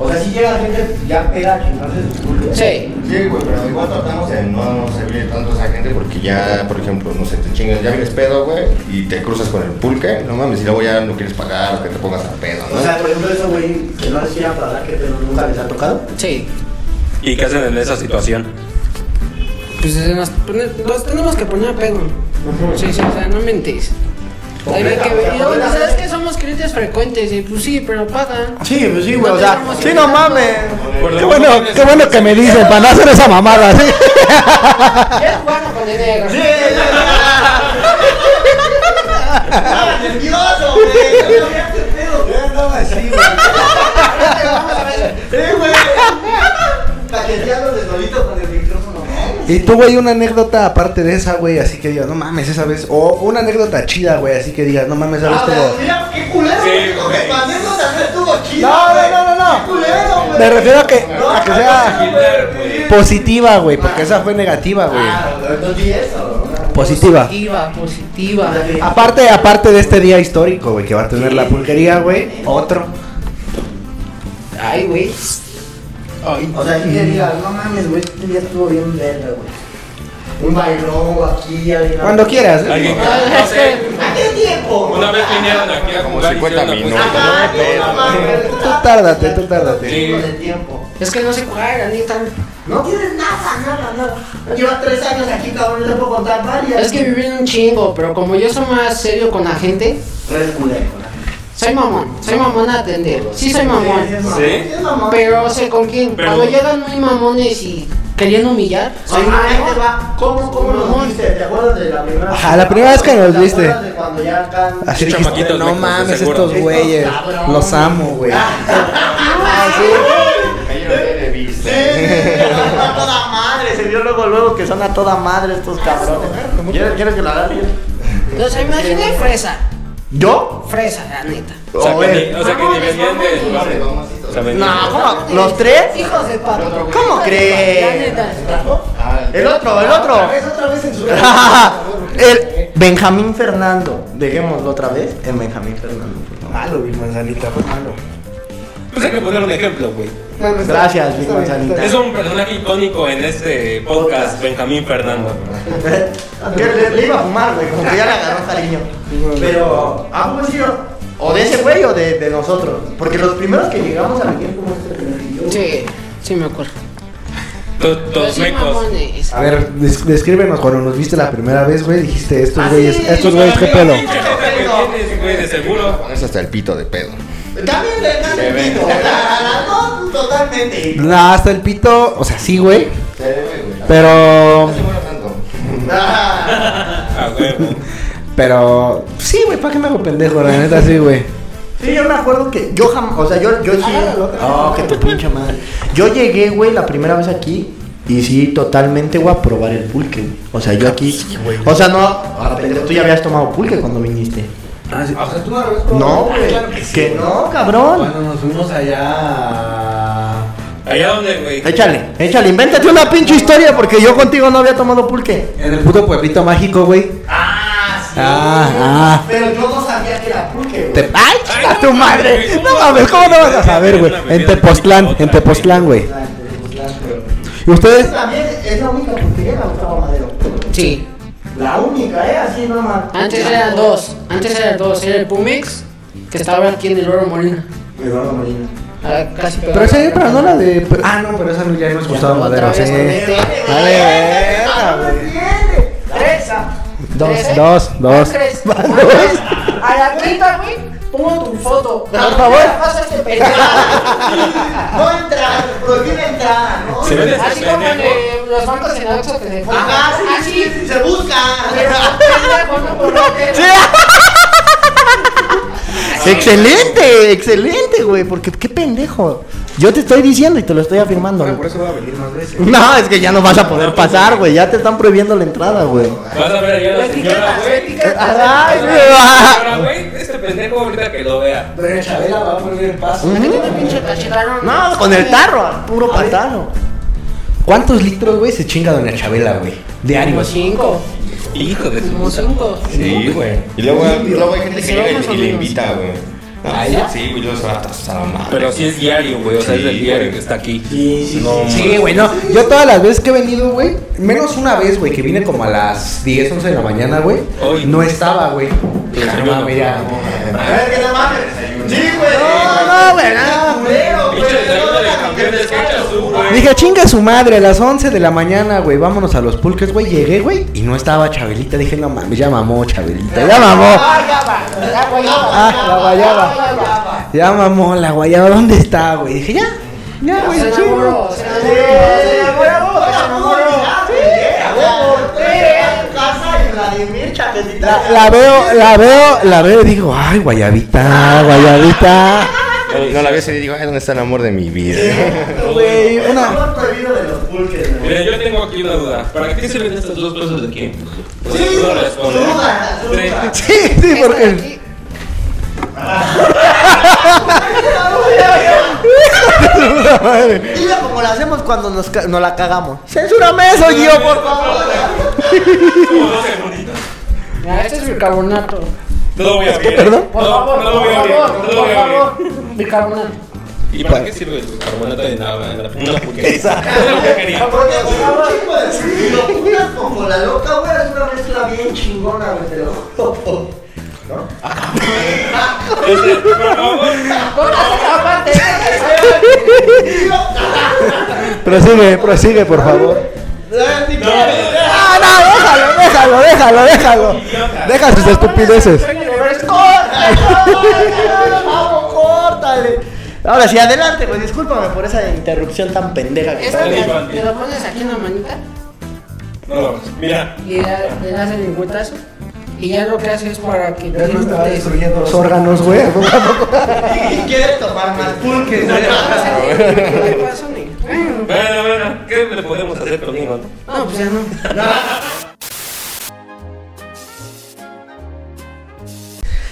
Speaker 7: O sea, si llega gente ya pega a chingarse sus culos.
Speaker 6: Sí.
Speaker 5: Sí, güey, pero igual tratamos de no servir tanto a esa gente porque ya, por ejemplo, no sé, te chingas, ya vienes pedo, güey, y te cruzas con el pulque, no mames, y luego ya no quieres pagar o que te pongas a pedo, ¿no?
Speaker 7: O sea, por ejemplo, eso, güey, que no les quiera pagar, que pero nunca les ha tocado.
Speaker 6: Sí.
Speaker 3: ¿Y qué hacen en esa situación?
Speaker 6: Pues eh, nos, pone- nos tenemos que poner a pedo. Sí, sí, o sea, no mentís. Hay
Speaker 7: Completa,
Speaker 6: que
Speaker 7: o sea,
Speaker 6: ver. Y luego,
Speaker 7: completa.
Speaker 6: ¿sabes que somos clientes frecuentes? Y pues sí, pero pagan.
Speaker 4: Sí, pues sí,
Speaker 6: güey, o sea, sí, no mames.
Speaker 4: Qué bueno, qué bueno que me dicen, para no hacer esa mamada, ¿sí?
Speaker 6: Es bueno con dinero.
Speaker 7: nervioso, güey! ¡Yo no me hace pedo! así, güey! ¡Eh, güey! Cacheteando de solito con el micrófono, ¿no?
Speaker 2: Y tú, güey, una anécdota aparte de esa, güey, así que digas, no mames, esa vez. O una anécdota chida, güey, así que digas, no mames, esa vez
Speaker 7: Ah,
Speaker 2: estuvo-
Speaker 7: mira, qué culero,
Speaker 3: Sí,
Speaker 7: güey.
Speaker 3: güey.
Speaker 7: Para mí eso también estuvo chido.
Speaker 2: No, no,
Speaker 7: güey.
Speaker 2: no, no, no.
Speaker 7: Qué culero, güey.
Speaker 2: Me refiero a que, a que
Speaker 7: no,
Speaker 2: sea
Speaker 7: no, güey.
Speaker 2: positiva, güey, porque esa fue negativa, güey.
Speaker 7: Ah, no di eso. ¿no?
Speaker 2: Positiva.
Speaker 6: Positiva, positiva.
Speaker 2: Aparte, aparte de este día histórico, güey, que va a tener la pulquería, güey, otro.
Speaker 6: Ay, güey. Ay.
Speaker 7: O sea, si te digas, no mames, güey, este día estuvo bien verga, güey. Un bailongo aquí, alguien.
Speaker 2: Cuando quieras, ¿eh?
Speaker 3: Alguien que, no sé,
Speaker 7: ¿A qué tiempo?
Speaker 3: una vez vinieron aquí a
Speaker 5: Como
Speaker 3: jugar y
Speaker 5: 50
Speaker 3: hicieron la
Speaker 5: minutos.
Speaker 3: apuesta.
Speaker 7: Ajá, no mames.
Speaker 2: Tú tárdate, tú tárdate.
Speaker 7: Chingo de tiempo.
Speaker 6: Es que no se juega, ni tan.
Speaker 7: No tienes nada, nada, nada. Llevas tres años aquí, cabrón, no te puedo contar varias.
Speaker 6: Es que viví un chingo, pero como yo soy más serio con la gente,
Speaker 7: Eres culero.
Speaker 6: soy mamón. Soy mamón a atender. Sí, soy mamón.
Speaker 3: ¿Sí?
Speaker 7: Es mamón.
Speaker 6: Pero sé con quién.
Speaker 3: Pero-
Speaker 6: Cuando llegan muy mamones y querían humillar, soy
Speaker 7: Ajá, ahí te
Speaker 6: mamón.
Speaker 7: va. ¿Cómo, cómo nos viste? ¿Te acuerdas de la primera
Speaker 2: Ajá, la primera vez que nos
Speaker 7: ¿Te
Speaker 2: viste.
Speaker 7: acuerdas de cuando ya acá-
Speaker 2: Así dijiste,
Speaker 3: Chamaquitos
Speaker 2: no
Speaker 3: mecos, de
Speaker 2: mames,
Speaker 3: seguro.
Speaker 2: estos Eh, güeyes, los amo, güey.
Speaker 6: Ah,
Speaker 5: Ahí lo tiene,
Speaker 7: Sí,
Speaker 5: viste.
Speaker 7: sí, sí, a toda madre, se vio luego luego que son a toda madre
Speaker 2: Ah,
Speaker 7: estos cabrones. ¿Quieres, quieres que la agarre?
Speaker 6: O sea, imagínate fresa.
Speaker 7: ¿Yo?
Speaker 6: Fresa, la neta.
Speaker 3: O sea,
Speaker 7: O
Speaker 3: que
Speaker 7: él.
Speaker 3: ni, o sea, que ni venían del barrio. O sea, venían-
Speaker 7: No, Ah, ¿cómo? ¿Los tres?
Speaker 6: Hijos de pato.
Speaker 7: ¿Cómo
Speaker 6: La
Speaker 7: crees?
Speaker 6: neta.
Speaker 7: El otro, el otro. el Benjamín Fernando. Dejémoslo otra vez. El Benjamín Fernando. Malo, Big Manzanita, fue malo.
Speaker 3: Pues hay que poner un ejemplo, güey.
Speaker 7: Gracias, Big Manzanita.
Speaker 3: Es un personaje icónico en este podcast, Benjamín Fernando.
Speaker 7: Yo le, le iba a fumar, güey, como que ya le agarró cariño. Pero, ¿a poco sí o- O de ese güey o de, de nosotros. Porque los primeros que llegamos a vivir como este primer que yo-
Speaker 6: Sí, sí me acuerdo.
Speaker 3: To-
Speaker 6: Pero
Speaker 3: Todos
Speaker 6: sí,
Speaker 3: mecos.
Speaker 6: mamones.
Speaker 2: A ver, des- descríbenos cuando nos viste la primera vez, güey. Dijiste, estos
Speaker 7: Así,
Speaker 2: güeyes,
Speaker 3: Pues,
Speaker 2: estos güeyes, qué pedo.
Speaker 3: Pinche jeta que tienes, güey, de seguro.
Speaker 5: Es hasta el pito de pedo.
Speaker 7: También le dan
Speaker 5: Se ve.
Speaker 7: el pito, o sea, no, totalmente.
Speaker 2: Nah, hasta el pito, o sea, sí, güey. Pero,
Speaker 7: Ah,
Speaker 3: A huevo.
Speaker 2: pero, sí, güey, ¿para qué me hago pendejo? La neta, sí, güey.
Speaker 7: Sí, yo me acuerdo que yo jamás, o sea, yo, yo sí. Oh, que tu pinche madre. Yo llegué, güey, la primera vez aquí. Y sí, totalmente, güey, a probar el pulque. güey. O sea, yo aquí. o sea, no. ah, pendejo, tú ya habías tomado pulque cuando viniste.
Speaker 6: Ah,
Speaker 7: No, güey. que no, cabrón.
Speaker 2: nos fuimos allá.
Speaker 3: Allá donde, güey.
Speaker 7: Échale, échale, invéntate una pinche historia porque yo contigo no había tomado pulque.
Speaker 2: En el puto pueblito mágico, güey.
Speaker 7: Ah, sí.
Speaker 2: Ah, ah.
Speaker 7: Pero yo no sabía que era pulque,
Speaker 2: Te... ¡Ay,
Speaker 3: Ay,
Speaker 2: a
Speaker 3: no,
Speaker 2: tu
Speaker 3: güey,
Speaker 2: madre!
Speaker 3: ¿cómo
Speaker 2: No
Speaker 3: vas a
Speaker 2: mames, ¿cómo no vas a
Speaker 3: saber
Speaker 2: saber,
Speaker 3: que
Speaker 2: güey?
Speaker 3: una bebida
Speaker 2: En
Speaker 3: es mejor que
Speaker 2: Tepoztlán,
Speaker 3: otra,
Speaker 2: en Tepoztlán, güey. ¿Y ustedes?
Speaker 7: También es la única pulquería que me gustaba Madero.
Speaker 6: Sí.
Speaker 7: La única, ¿eh? Así nomás.
Speaker 2: Ah,
Speaker 6: Antes eran dos. Antes eran dos. Era el Pumex, que estaba aquí en el Oro Molina.
Speaker 7: Eduardo Molina.
Speaker 6: Ah, Casi
Speaker 2: Pero esa
Speaker 6: ahí
Speaker 2: pero no la de. Ah, no, pero esa ya no es Gustavo Madero, sí.
Speaker 6: este.
Speaker 7: Ah,
Speaker 6: Fresa.
Speaker 2: Dos,
Speaker 6: Fresa.
Speaker 2: dos, dos.
Speaker 6: Tres. Tres. A la quinta, güey, pongo tu foto. este Por favor.
Speaker 7: No entra, prohíbe entrar, ¿no?
Speaker 3: Se ve
Speaker 6: Así como en eh, los bancos en Oxxo que se ponen.
Speaker 7: Este Ajá, Ah,
Speaker 2: Ah,
Speaker 7: sí, sí, sí, se busca.
Speaker 6: Pero, pendejo, no por meter.
Speaker 7: Excelente, excelente, güey, porque qué pendejo. Yo te estoy diciendo y te lo estoy afirmando. güey.
Speaker 2: eso va a venir más veces.
Speaker 7: No, es que ya no vas a poder pasar, güey. Ya te están prohibiendo la entrada, güey.
Speaker 3: Vas a ver allá la señora, güey.
Speaker 7: Ay, güey.
Speaker 3: Señora, güey, este pendejo ahorita que lo vea.
Speaker 2: Pero Chabela va a poner el paso.
Speaker 6: Una pinche cachetada,
Speaker 7: No, con el tarro, puro patano.
Speaker 2: ¿Cuántos litros, güey, se chinga Doña Chabela, güey?
Speaker 6: Como
Speaker 2: Diarios.
Speaker 6: cinco.
Speaker 3: Hijo de
Speaker 6: Como cinco.
Speaker 5: Sí, güey. Y luego, luego hay gente que
Speaker 6: Sí,
Speaker 5: llega
Speaker 6: más o
Speaker 5: y- y le
Speaker 6: menos.
Speaker 5: invita, güey. Ah, Sí, güey, los ratos a la madre.
Speaker 3: Pero sí es diario, güey. O sea, es
Speaker 5: Sí,
Speaker 3: el diario
Speaker 5: güey.
Speaker 3: que está aquí.
Speaker 2: Sí, güey, no. Yo todas las veces que he venido, güey, menos una vez, güey, que vine como a las 10, 11 de la mañana, güey,
Speaker 3: Hoy.
Speaker 2: no estaba, güey. Ah,
Speaker 3: Desayuno.
Speaker 2: No, mames, ya.
Speaker 7: A ver, que no mames. Sí, güey. No, no, güey, no, culero, güey.
Speaker 3: Pinche desayuno de campeones que echas tú, güey.
Speaker 2: Dije, chinga su madre, a las 11 de la mañana, güey, vámonos a los pulques, güey. Llegué, güey, y no estaba Chabelita. Dije, no mames, ya mamó, Chabelita, ya mamó. Ah, la guayaba. Ya mamó, la guayaba, ¿dónde está, güey? Dije, ya, ya, güey,
Speaker 6: Se
Speaker 2: chingo.
Speaker 6: enamoró, se
Speaker 7: Sí,
Speaker 6: enamoró.
Speaker 7: güey, amor, amor, sí, amor, sí, a tu casa y Vladimir, chaquetita.
Speaker 2: La, la veo, la veo, la veo y digo, ay, guayabita, guayabita.
Speaker 5: No, no la ves y digo, ay, ¿dónde está el amor de mi vida?
Speaker 2: Güey,
Speaker 7: El
Speaker 2: una.
Speaker 7: color prohibido de los pulques, güey.
Speaker 3: Mira, yo tengo aquí una duda. ¿Para qué sirven estas dos cosas de aquí? O sea,
Speaker 7: Sí,
Speaker 3: tú no respondes.
Speaker 7: duda, duda.
Speaker 3: Sí.
Speaker 2: Sí, sí, porque.
Speaker 6: Aquí,
Speaker 7: Dile como lo hacemos cuando nos, ca- nos la cagamos.
Speaker 2: ¡Censúrame eso, Gio, por favor!
Speaker 3: Como dos segunditos.
Speaker 6: mira, Este es bicarbonato.
Speaker 3: No lo voy a abrir.
Speaker 2: perdón?
Speaker 6: Por
Speaker 3: No,
Speaker 6: favor,
Speaker 3: no lo voy
Speaker 6: por
Speaker 3: a abrir.
Speaker 6: favor,
Speaker 3: No lo voy
Speaker 6: por
Speaker 3: a abrir.
Speaker 6: favor. Bicarbonato.
Speaker 3: ¿Y para qué sirve el carbonato de nada? Una porquería. Una porquería.
Speaker 7: Porque es un chingo de sí, lo juras como la loca, güey, es una mezcla bien chingona, güey, te lo juro.
Speaker 3: Este, Por favor.
Speaker 2: Prosigue, prosigue, por favor.
Speaker 3: No, no, no.
Speaker 2: ¡Ah, no! ¡Déjalo, déjalo, déjalo! déjalo. Deja sus estupideces.
Speaker 7: ¡Vamos, córtale! Ahora sí, adelante, pues discúlpame por esa interrupción tan pendeja que
Speaker 6: Esta te te lo pones aquí en la manita
Speaker 3: No, mira.
Speaker 6: y ya le das el lengüetazo. Y ya lo que hace es para que te, te-
Speaker 2: Los órganos, güey.
Speaker 7: Y quieres tomar más pulque.
Speaker 6: te- te- te- te- te- te- te- te- te- te- te- te- te- te- te- te- te- te-
Speaker 3: Bueno, bueno. ¿Qué le podemos hacer conmigo, ¿no?
Speaker 6: No, pues ya no.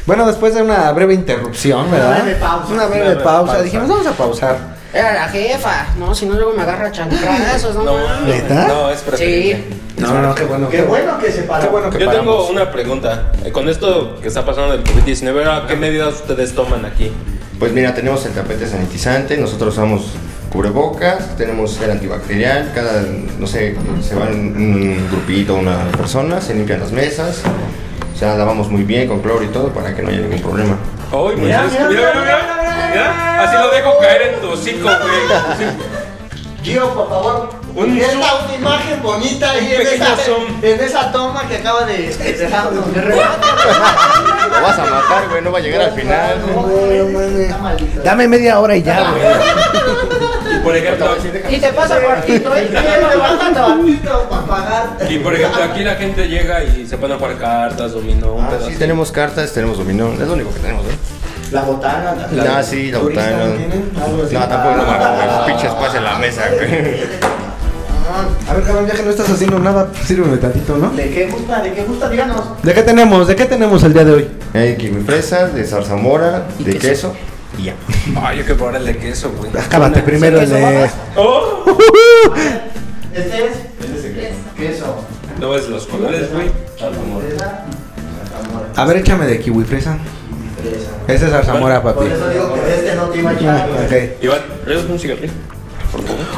Speaker 2: Bueno, después de una breve interrupción, ¿verdad?
Speaker 7: breve pausa.
Speaker 2: Una breve pausa. Dijimos, vamos a pausar.
Speaker 6: Era la jefa. No, si no, luego me agarra chancrazos, no, mames.
Speaker 2: ¿Neta?
Speaker 3: No, es preferible.
Speaker 6: Sí.
Speaker 2: No, no, qué bueno.
Speaker 7: Qué bueno que se paró.
Speaker 2: Qué bueno que
Speaker 3: Yo tengo
Speaker 2: paramos.
Speaker 3: una pregunta. Eh, Con esto que está pasando del COVID-19, ¿a ¿qué medidas ustedes toman aquí?
Speaker 5: Pues mira, tenemos el tapete sanitizante, nosotros usamos cubrebocas, tenemos el antibacterial, cada, no sé, se van un grupito, una persona, se limpian las mesas, o sea, lavamos muy bien con cloro y todo para que no haya ningún problema.
Speaker 3: Ay, mira, mira, mira, mira, mira. Así lo dejo caer en tu hocico, güey. Sí.
Speaker 7: Gio, por favor.
Speaker 3: Un
Speaker 7: Un
Speaker 3: zoom.
Speaker 7: una imagen bonita ahí en
Speaker 3: pequeño
Speaker 7: esa,
Speaker 3: zoom.
Speaker 7: en esa toma que acaba de de dejarnos de remate.
Speaker 5: Lo vas a matar, güey, no va a llegar al final.
Speaker 7: No, güey, está maldito.
Speaker 2: Dame media hora y ya, güey.
Speaker 3: Y por ejemplo,
Speaker 6: Y te pasa cuartito,
Speaker 7: Estoy
Speaker 6: ¿eh?
Speaker 7: bien, levántate, bandito, para pagar.
Speaker 3: y por ejemplo, aquí la gente llega y se pone a jugar cartas, dominó, un pedo
Speaker 5: Sí,
Speaker 3: así.
Speaker 5: tenemos cartas, tenemos dominó, es lo único que tenemos, ¿eh?
Speaker 7: La botana.
Speaker 5: La, Ah, sí, la botana.
Speaker 1: ¿no tienen? Algo así.
Speaker 5: No, tampoco no me acuerdo, pinche espacio en la mesa, güey.
Speaker 2: A ver, cabrón, ya que no estás haciendo nada, pues sírveme tantito, ¿no?
Speaker 7: ¿De qué gusta? ¿De qué gusta? Díganos.
Speaker 2: ¿De qué tenemos? ¿De qué tenemos el día de hoy?
Speaker 5: Hay kiwi fresa, de zarzamora, de queso. y ya.
Speaker 3: Ay, yo que por el de queso, güey.
Speaker 2: Acábate primero el de...
Speaker 3: Oh,
Speaker 7: Este es. queso.
Speaker 3: no ves los colores, güey.
Speaker 7: Fresa.
Speaker 2: A ver, échame de kiwi fresa.
Speaker 7: Fresa.
Speaker 2: Ese es zarzamora, papi.
Speaker 7: Por eso digo que este no te iba a echar. güey.
Speaker 2: Ah, Ok.
Speaker 3: Iván, ¿redes un cigarrillo?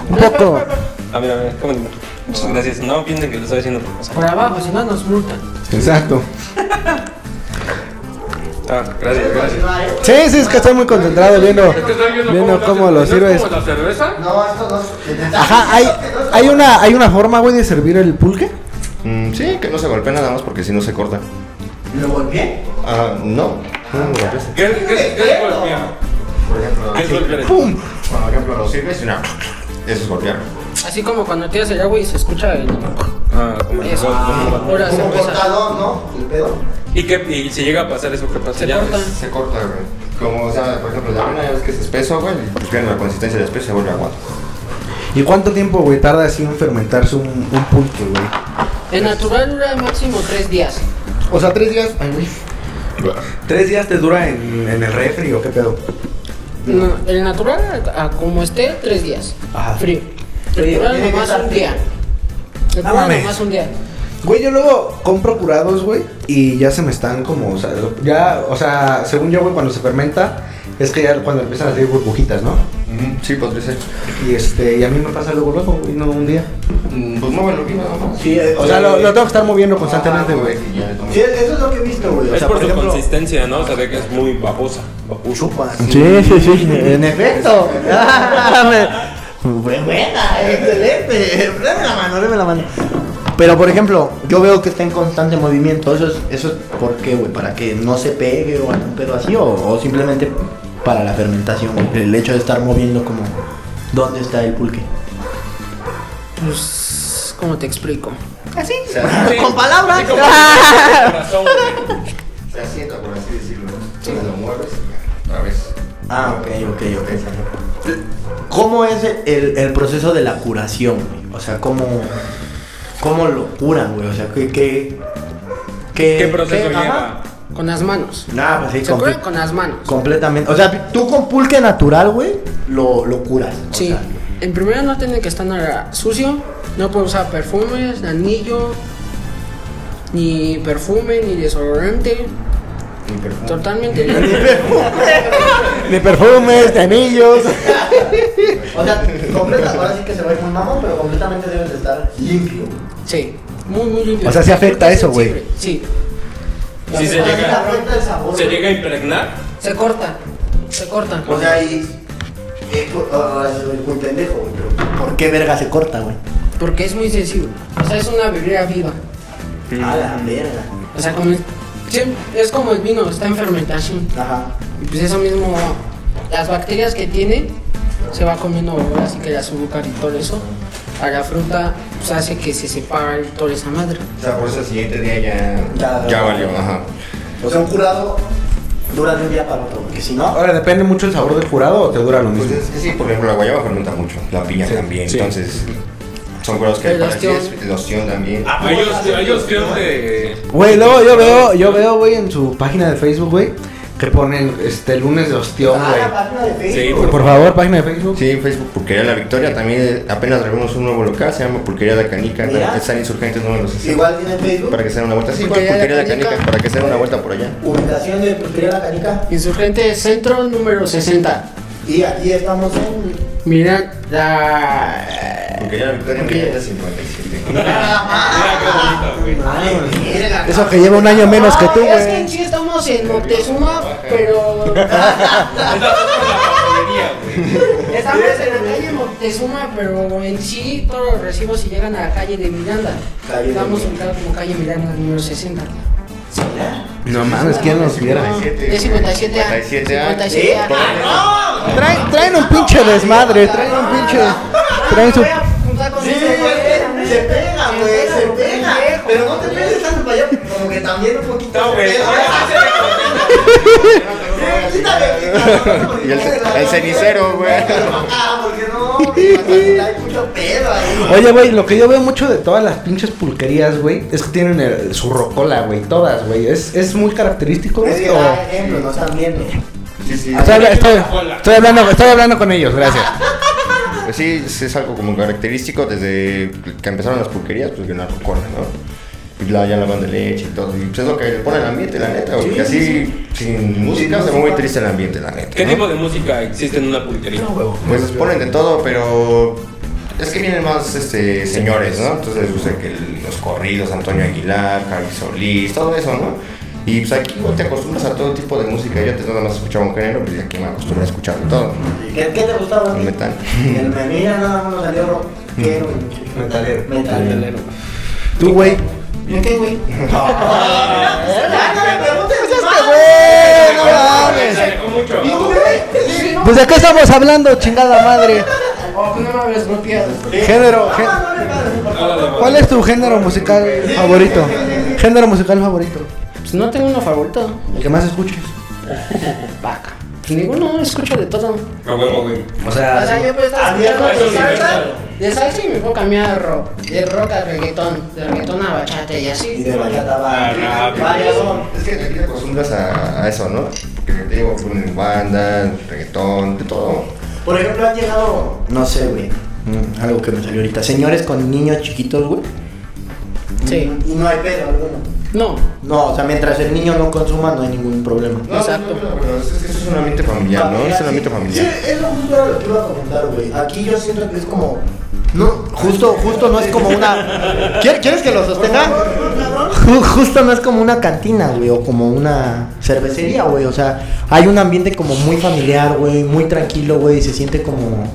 Speaker 2: Un poco.
Speaker 3: A ver, a ver, ¿cómo? Muchas gracias. No piensen que lo estoy haciendo por pasar.
Speaker 6: Por abajo, si no nos multan.
Speaker 2: Exacto.
Speaker 3: Ah, gracias, gracias.
Speaker 2: Sí, sí, es que estoy muy concentrado viendo,
Speaker 3: Es que estoy viendo
Speaker 2: viendo cómo lo
Speaker 3: hacen. ¿No es
Speaker 2: sirves.
Speaker 3: como la cerveza?
Speaker 7: No, esto no. es-
Speaker 2: Ajá, hay, hay una, hay una forma, güey, de servir el pulque.
Speaker 5: Mm, sí, que no se golpee nada más porque si no se corta.
Speaker 7: ¿Lo golpeé?
Speaker 5: Ah, no. No, no, no.
Speaker 3: ¿Qué es qué, qué es golpear?
Speaker 5: Por ejemplo,
Speaker 3: ¿Qué es golpear?
Speaker 5: por ejemplo, lo sirves y una. Eso es golpear.
Speaker 6: Así como cuando tiras el agua y se escucha el.
Speaker 3: Ah, como-
Speaker 6: Eso.
Speaker 3: como- como-
Speaker 6: Ahora se
Speaker 7: Como
Speaker 6: empieza.
Speaker 7: cortador, ¿no? El pedo.
Speaker 3: ¿Y, qué, y si llega a pasar eso, ¿qué pasa?
Speaker 6: Se
Speaker 3: Ya,
Speaker 6: corta.
Speaker 5: Pues, Se corta, güey. Como, o sea, por ejemplo, la avena ya ves que es espeso, güey. y Pues pierde la consistencia de espeso y se vuelve aguado.
Speaker 2: ¿Y cuánto tiempo, güey, tarda así en fermentarse un, un pulque, güey?
Speaker 6: El natural dura máximo tres días.
Speaker 2: O sea, tres días. Ay, güey. Tres días te dura en, en el refri o qué pedo.
Speaker 6: No, el natural, a- a como esté, tres días.
Speaker 2: Ajá.
Speaker 6: Frío. El
Speaker 2: Frío.
Speaker 6: natural
Speaker 7: Tiene que
Speaker 6: nomás
Speaker 7: estar
Speaker 6: un
Speaker 7: frío.
Speaker 6: día. El
Speaker 2: No
Speaker 6: natural
Speaker 2: mames.
Speaker 6: nomás un día.
Speaker 2: Güey, yo luego compro curados, güey, y ya se me están como, o sea, lo- ya, o sea, según yo, güey, cuando se fermenta, es que ya cuando empiezan a salir burbujitas, ¿no?
Speaker 5: Sí, podría ser.
Speaker 2: Y este, y a mí me pasa luego luego, güey, no un día.
Speaker 5: Mm, Pues muévelo aquí nada más.
Speaker 7: Sí, eh,
Speaker 2: O sea, lo, lo tengo que estar moviendo constantemente, güey.
Speaker 5: Y ya le tomas.
Speaker 7: sí, eso es lo que he visto, güey. O
Speaker 3: Es
Speaker 7: sea,
Speaker 3: por su
Speaker 7: ejemplo,
Speaker 3: consistencia, ¿no? O sea, de que es muy babosa. Babucho.
Speaker 7: chupas.
Speaker 2: Sí, sí, sí, en
Speaker 7: Perfecto. Fue buena, excelente. Dame la mano, dame la mano. Pero por ejemplo, yo veo que está en constante movimiento. Eso es, eso es ¿por qué, güey? Para que no se pegue o algún pedo así, o, o simplemente para la fermentación, güey. el hecho de estar moviendo como dónde está el pulque.
Speaker 6: Pues, ¿cómo te explico?
Speaker 5: O sea,
Speaker 7: Con palabras.
Speaker 3: Sí, como- Corazón, güey.
Speaker 5: se asienta, por así decirlo. Sí. Lo mueves y ya, otra vez.
Speaker 7: Ah, ok, ok, ok. ¿Cómo es el, el proceso de la curación, güey? O sea, ¿cómo, cómo lo curan, güey? O sea, ¿qué. ¿Qué, qué,
Speaker 3: ¿Qué proceso
Speaker 7: Eh, qué-
Speaker 3: lleva?
Speaker 7: ajá.
Speaker 6: Con las manos.
Speaker 7: Nah, pues sí,
Speaker 6: Se
Speaker 7: comple-
Speaker 6: curan con las manos.
Speaker 7: completamente. O sea, tú con pulque natural, güey, lo, lo curas. o
Speaker 6: Sí.
Speaker 7: sea.
Speaker 6: En primero no tiene que estar nada sucio. No puede usar perfumes, anillo, ni perfume, ni desodorante. Totalmente libre.
Speaker 2: Ni perfumes, ni anillos.
Speaker 7: O sea, completa, ahora sí que se va a ir muy mamón, pero completamente debes de estar limpio.
Speaker 6: Sí. Muy, muy limpio.
Speaker 2: O sea, sí afecta eso, güey.
Speaker 6: Sensible, Sí.
Speaker 3: Si se
Speaker 7: Ahora sí te
Speaker 3: llega,
Speaker 7: afecta el sabor,
Speaker 3: se
Speaker 7: güey.
Speaker 3: llega a impregnar.
Speaker 6: Se corta. Se corta.
Speaker 7: O sea, y. eh, pu- ahora sí soy muy pendejo, güey, pero ¿por qué verga se corta, güey?
Speaker 6: Porque es muy sensible. O sea, es una bebida viva.
Speaker 3: Mm.
Speaker 7: A la verga.
Speaker 6: O sea, como el- sí, es como el vino, está en fermentación.
Speaker 7: Ajá.
Speaker 6: Y pues eso mismo, las bacterias que tiene, se va comiendo, así que el azúcar y todo eso. A la fruta, pues hace que se separe y toda esa madre.
Speaker 5: O sea, por eso el siguiente día ya.
Speaker 7: Ya-
Speaker 5: valió, ajá.
Speaker 7: O sea, un curado dura de un día para otro, porque si
Speaker 3: Ah,
Speaker 7: no.
Speaker 2: Ahora, ¿depende mucho el sabor del jurado o te dura lo
Speaker 5: Pues
Speaker 2: mismo?
Speaker 5: es que sí, por ejemplo, la guayaba fermenta mucho, la piña también. Entonces, Son cosas que hay
Speaker 6: El
Speaker 5: para
Speaker 6: ostión.
Speaker 5: pies, el ostión también.
Speaker 7: Ah,
Speaker 3: Hay
Speaker 7: pues,
Speaker 3: oste- hay osteón de.
Speaker 2: Güey, luego yo veo, yo veo, güey, en su página de Facebook, güey, que ponen este lunes de ostión,
Speaker 7: Ah,
Speaker 2: güey.
Speaker 7: la página de Facebook.
Speaker 3: Sí,
Speaker 2: Por favor, página de Facebook.
Speaker 5: Sí, en Facebook Pulquería La Victoria también eh, apenas abrimos un nuevo local, se llama Pulquería La Canica,
Speaker 7: Mira.
Speaker 5: para que están insurgentes no los
Speaker 7: Igual tiene Facebook.
Speaker 5: para que se den una vuelta. Sí,
Speaker 7: Pulquería
Speaker 5: Pulquería,
Speaker 7: La
Speaker 5: La Canica,
Speaker 7: Canica.
Speaker 5: para que se den una vuelta por allá.
Speaker 7: Ubicación de Pulquería La Canica.
Speaker 6: Insurgente Centro número 60.
Speaker 7: Y aquí estamos en.
Speaker 6: Mira, la...
Speaker 5: Pulquería La Victoria
Speaker 6: Pulquería.
Speaker 5: en 57.
Speaker 3: Mira qué bonito, güey.
Speaker 7: Ay, mierda.
Speaker 2: Eso que lleva un año menos que tú,
Speaker 6: Ay, Es que
Speaker 2: güey.
Speaker 6: en sí estamos en Moctezuma, pero. estamos en la calle Moctezuma, pero en sí todos los recibos si llegan a la calle de Miranda.
Speaker 7: Calle de
Speaker 6: estamos
Speaker 7: Miranda.
Speaker 6: ubicados como calle Miranda número 60.
Speaker 2: No mames, ¿quién nos viera?
Speaker 6: Es 57 años.
Speaker 5: 57 años.
Speaker 7: ¿Eh?
Speaker 6: 57 años.
Speaker 2: Traen, traen un pinche desmadre, traen un pinche. Traen su.
Speaker 7: Sí, este güey, se pega, güey, se pega. Pero no te pegues tanto para allá, como que también un poquito.
Speaker 3: No,
Speaker 7: se
Speaker 3: güey.
Speaker 7: pega. Sí, quítale, quítale, porque
Speaker 5: Y el-
Speaker 7: quítale,
Speaker 5: el cenicero, güey.
Speaker 7: Ah, porque no, güey, hay mucho pedo ahí. güey.
Speaker 2: Oye, güey, lo que yo veo mucho de todas las pinches pulquerías, güey, es que tienen el- su rocola, güey, todas, güey. Es, es muy característico,
Speaker 7: Es
Speaker 2: güey.
Speaker 7: que
Speaker 2: o-
Speaker 7: da ejemplo, no están viendo.
Speaker 5: Sí, sí.
Speaker 2: Estoy, habla- estoy- estoy hablando, estoy hablando con ellos, gracias.
Speaker 5: Pues sí, sí es algo como característico desde que empezaron las pulquerías, pues que una rocola, ¿no? Y la, ya la van de leche y todo. Y pues es lo que le pone el ambiente, la neta. Porque así, sin música, se ve muy triste el ambiente, la neta.
Speaker 3: ¿Qué
Speaker 5: ¿no?
Speaker 3: tipo de música existe en una pulquería?
Speaker 5: Pues ponen de todo, pero es que vienen más este, señores, ¿no? Entonces les gusta que el- los corridos, Antonio Aguilar, Javi Solís, todo eso, ¿no? Y pues aquí no te acostumbras a todo tipo de música. Yo antes nada más escuchaba un género, pues y aquí me acostumbré a escuchar de todo.
Speaker 7: ¿Qué, qué te gustaba? a ti?
Speaker 5: El metal.
Speaker 7: El menina nada más nos salió rockero. güey.
Speaker 1: Metalero.
Speaker 7: Metalero.
Speaker 2: Tú, güey.
Speaker 7: ¿Y qué, güey? Ya no me preguntes más.
Speaker 2: güey, no
Speaker 3: Se
Speaker 2: mames.
Speaker 3: alejó mucho.
Speaker 7: ¿Y tú, güey?
Speaker 2: Pues de qué estamos hablando, chingada madre.
Speaker 6: Oh,
Speaker 7: pues,
Speaker 6: no mames, no pierdas.
Speaker 2: Género,
Speaker 7: No,
Speaker 2: gé-
Speaker 7: no le pares, por favor.
Speaker 3: Nada de-
Speaker 2: ¿cuál es tu género musical favorito? Género musical favorito.
Speaker 6: Pues no tengo uno favorito.
Speaker 2: El que más escuches.
Speaker 6: Vaca. Pues ninguno, escucho de todo.
Speaker 3: A huevo, güey.
Speaker 2: O
Speaker 7: Ah,
Speaker 6: O sea, yo puedo estar escuchando
Speaker 7: Abierto,
Speaker 6: de salsa.
Speaker 7: abierto.
Speaker 6: De salsa y me puedo cambiar a rock. De rock a reggaetón. De reggaetón a bachata y
Speaker 7: Y
Speaker 6: así.
Speaker 7: de bachata
Speaker 3: Ah, rápido.
Speaker 7: va. Varias son.
Speaker 5: Es que aquí te acostumbras a, a eso, ¿no? Porque te digo, ponen bandas, reggaetón, de todo.
Speaker 7: Por ejemplo, han llegado, no sé, güey. mm, Algo que me salió ahorita. Señores con niños chiquitos, güey.
Speaker 6: Sí.
Speaker 7: Y no hay pedo alguno.
Speaker 6: No.
Speaker 7: No, o sea, mientras el niño no consuma, no hay ningún problema.
Speaker 6: Exacto.
Speaker 5: No, no, no, pero es que eso es un ambiente familiar, ¿no? Es un ambiente familiar.
Speaker 7: Sí, es lo justo era lo que iba a comentar, güey. Aquí yo siento que es como. No, justo, justo no es como una. ¿Quier- ¿Quieres que lo sostenga? Ju- Justo no es como una cantina, güey, o como una cervecería, güey. O sea, hay un ambiente como muy familiar, güey, muy tranquilo, güey, y se siente como.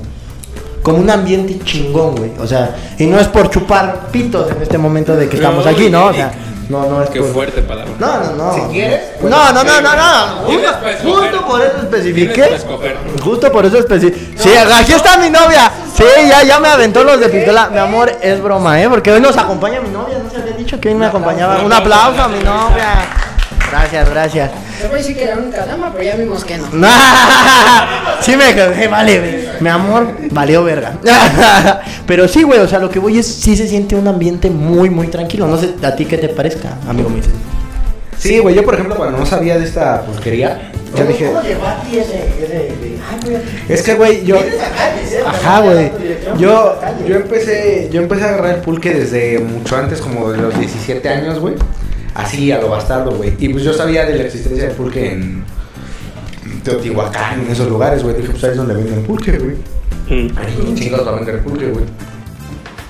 Speaker 7: Como un ambiente chingón, güey. O sea, y no es por chupar pitos en este momento de que estamos
Speaker 3: No,
Speaker 7: aquí, ¿no? O
Speaker 3: Eric.
Speaker 7: sea, no, no es
Speaker 3: Qué
Speaker 7: por-
Speaker 3: fuerte palabra.
Speaker 7: No, no, no.
Speaker 1: Si quieres,
Speaker 7: No, no, no, no, no.
Speaker 3: Tienes
Speaker 7: Justo,
Speaker 3: para escoger.
Speaker 7: justo por eso
Speaker 3: Tienes para
Speaker 7: especifiqué.
Speaker 3: escoger.
Speaker 7: Justo por eso especifiqué. Sí, aquí está mi novia. Sí, ya, ya me aventó los de pistola. Mi amor, es broma, ¿eh? Porque hoy nos acompaña mi novia. No se había dicho que hoy me acompañaba. Un aplauso a mi novia. Gracias, gracias.
Speaker 6: Yo pensé que era única dama, pero ya vimos que no.
Speaker 7: No, sí me quedé, vale, güey. mi amor, valió verga. Pero sí, güey, o sea, lo que voy es, sí se siente un ambiente muy, muy tranquilo. No sé a ti qué te parezca, amigo mío.
Speaker 2: Sí, güey, yo por ejemplo cuando no sabía de esta pulquería, yo dije,
Speaker 7: llegó a ti ese, ese,
Speaker 2: es que güey, yo Ajá, güey. Yo, yo
Speaker 7: empecé
Speaker 2: empecé, yo empecé a agarrar el pulque desde mucho antes, como de los 17 años, güey. Así, a lo bastardo, güey. Y pues yo sabía de la existencia del pulque en Teotihuacán, en esos lugares, güey. Dije, pues ahí es donde venden pulque, güey.
Speaker 3: Mm.
Speaker 2: Ahí chingados va a vender pulque, güey.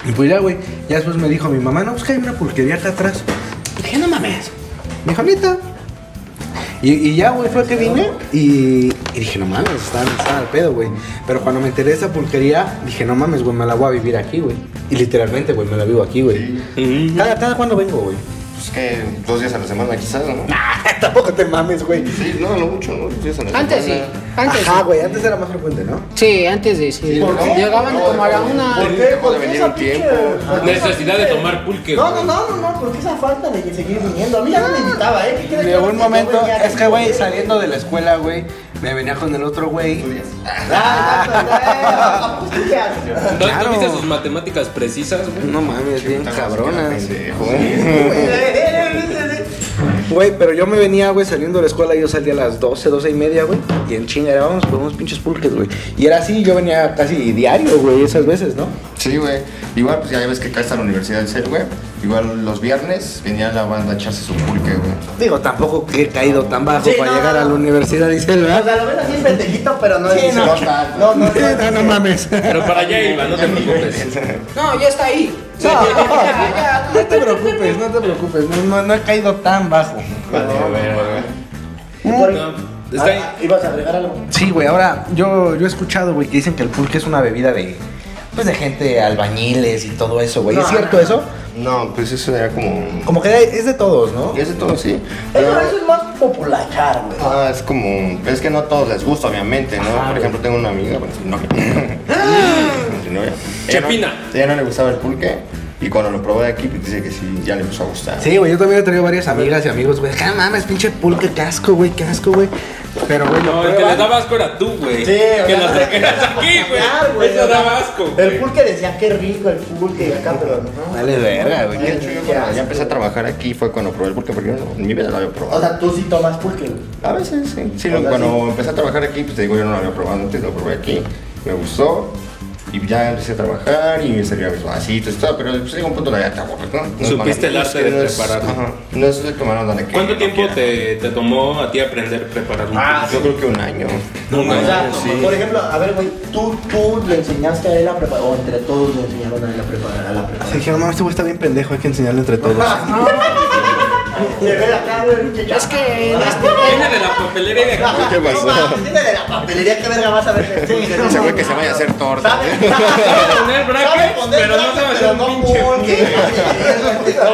Speaker 2: Y pues ya, güey. Ya después me dijo mi mamá, no, pues que hay una pulquería acá atrás.
Speaker 6: Dije, no mames.
Speaker 2: Me dijo, "Neta". Y, y ya, güey, fue que vine y, y dije, no mames, estaba, estaba al pedo, güey. Pero cuando me enteré de esa pulquería, dije, no mames, güey, me la voy a vivir aquí, güey. Y literalmente, güey, me la vivo aquí, güey.
Speaker 3: Ujú.
Speaker 2: Cada, cada cuando vengo, güey.
Speaker 5: Pues pues que dos días a la semana quizás, ¿no?
Speaker 2: Tampoco te mames, güey.
Speaker 5: Sí, no, no mucho, ¿no? Dos días a la
Speaker 6: Antes sí,
Speaker 5: semana.
Speaker 6: antes sí.
Speaker 2: Ajá, güey, antes era más frecuente, ¿no?
Speaker 6: Sí, antes de sí.
Speaker 5: ¿por qué?
Speaker 6: Llegaban
Speaker 5: No,
Speaker 6: como a la
Speaker 5: no,
Speaker 6: una.
Speaker 5: ¿por qué? Puede venir un tiempo.
Speaker 3: Necesidad de tomar pulque.
Speaker 7: No,
Speaker 3: güey.
Speaker 7: no, no, no, no, porque esa falta de seguir viniendo. A mí ya no me invitaba, ¿eh? ¿Qué quieres
Speaker 2: Llegó un
Speaker 7: yo
Speaker 2: momento,
Speaker 7: venía
Speaker 2: es que,
Speaker 7: aquí?
Speaker 2: güey, saliendo de la escuela, güey, me venía con el otro güey.
Speaker 7: Ah, ah, pues, ¿qué haces?
Speaker 3: ¿No
Speaker 2: Claro.
Speaker 3: viste sus matemáticas precisas, güey?
Speaker 2: No mames, bien
Speaker 5: Estaba
Speaker 2: cabronas.
Speaker 5: pendejo, ¿eh?
Speaker 2: Güey, pero yo me venía, güey, saliendo de la escuela, yo salía a las 12, 12 y media, güey. Y en chinga, era, vamos por unos pinches pulques, güey. Y era así, yo venía casi diario, güey, esas veces, ¿no?
Speaker 5: Sí, güey. Igual, pues ya ves que acá está la Universidad del Ser, güey. Igual los viernes venía la banda a echarse su pulque, güey.
Speaker 2: Digo, tampoco que he caído tan bajo
Speaker 7: Sí,
Speaker 2: para
Speaker 7: no,
Speaker 2: llegar
Speaker 7: no.
Speaker 2: a la universidad, dice,
Speaker 7: O
Speaker 2: ¿verdad?
Speaker 7: sea, lo ven así pendejito, pero no es.
Speaker 5: no.
Speaker 7: no, no, no,
Speaker 2: No, no mames.
Speaker 3: Pero para allá iba, no te preocupes.
Speaker 6: No, ya está ahí.
Speaker 2: No, no, no te preocupes, no te preocupes. No, no, no he caído tan bajo.
Speaker 5: Vale, güey, güey.
Speaker 3: No, está ahí.
Speaker 7: Ah, Ibas a agregar algo.
Speaker 2: Sí, güey, ahora yo, yo he escuchado, güey, que dicen que el pulque es una bebida de. Pues de gente albañiles y todo eso, güey. ¿Es cierto eso?
Speaker 5: No, pues eso era como.
Speaker 2: Como que de- es de todos, ¿no?
Speaker 5: Y ese todo sí.
Speaker 7: Eso,
Speaker 5: Pero-
Speaker 7: eso es más populachar, güey.
Speaker 5: Ah, es como. Es que no a todos les gusta, obviamente, ¿no? Por ejemplo, tengo una amiga, bueno, su novia. Bueno, su novia. Ella no-
Speaker 3: Chepina.
Speaker 5: Ella no le gustaba el pulque. Y cuando lo probé aquí, pues dice que sí, ya le empezó a gustar.
Speaker 2: Sí, güey, yo también he traído varias amigas y amigos, güey. ¡Ah, mames, pinche pulque! ¡Qué asco, güey! ¡Qué asco, güey! Pero, güey, lo
Speaker 3: No, el que le
Speaker 2: prueban.
Speaker 3: daba asco era tú, güey.
Speaker 7: Sí, o
Speaker 3: que
Speaker 7: sea,
Speaker 3: nos trajeras aquí,
Speaker 7: Ah,
Speaker 3: güey. Eso
Speaker 7: o sea,
Speaker 3: daba asco.
Speaker 7: El
Speaker 3: güey.
Speaker 7: pulque decía qué rico el pulque y acá, pero no.
Speaker 2: Dale verga, güey.
Speaker 5: De hecho, yo cuando ya empecé a trabajar aquí fue cuando probé el pulque, porque yo no- en mi vida lo había probado.
Speaker 7: O sea, tú sí tomas pulque, güey.
Speaker 5: A veces, sí. Sí, lo-
Speaker 7: O sea,
Speaker 5: cuando
Speaker 7: sí.
Speaker 5: empecé a trabajar aquí, pues te digo, yo no lo había probado antes, lo probé aquí, me gustó. Y ya empecé a trabajar y me servía mis vasitos y todo, pero pues llega un punto en la ya te aburres, ¿no? No es
Speaker 3: Supiste el
Speaker 5: mala-
Speaker 3: arte
Speaker 5: es que
Speaker 3: de
Speaker 5: no es-
Speaker 3: prepararlo.
Speaker 5: ajá, No es de tomar onda de que
Speaker 3: ¿Cuánto
Speaker 5: no
Speaker 3: tiempo
Speaker 5: quiera.
Speaker 3: te, te tomó a ti aprender a preparar un
Speaker 5: Ah, yo creo que un año.
Speaker 3: No,
Speaker 7: O sea,
Speaker 3: sí.
Speaker 7: por ejemplo, a ver, güey, tú, tú le enseñaste a él a preparar, o entre todos le enseñaron a él a preparar, a la
Speaker 2: Se
Speaker 7: preparación.
Speaker 2: dijeron, no, este güey está bien pendejo, hay que enseñarle entre todos.
Speaker 7: Se ve acá, güey, pinche
Speaker 6: Es que
Speaker 7: chafa.
Speaker 6: las-
Speaker 3: Viene de la papelera y de
Speaker 7: Ajá,
Speaker 5: ¿Qué pasó?
Speaker 7: no mames, dime de la papelería, qué verga vas a ver. Sí,
Speaker 5: Ese güey que se vaya a hacer torta.
Speaker 7: ¿Sabe?
Speaker 3: Sabe poner brackets,
Speaker 7: poner
Speaker 3: pero no
Speaker 7: brackets,
Speaker 3: sabe
Speaker 7: pero
Speaker 3: hacer
Speaker 7: no
Speaker 3: un pinche
Speaker 7: pulque.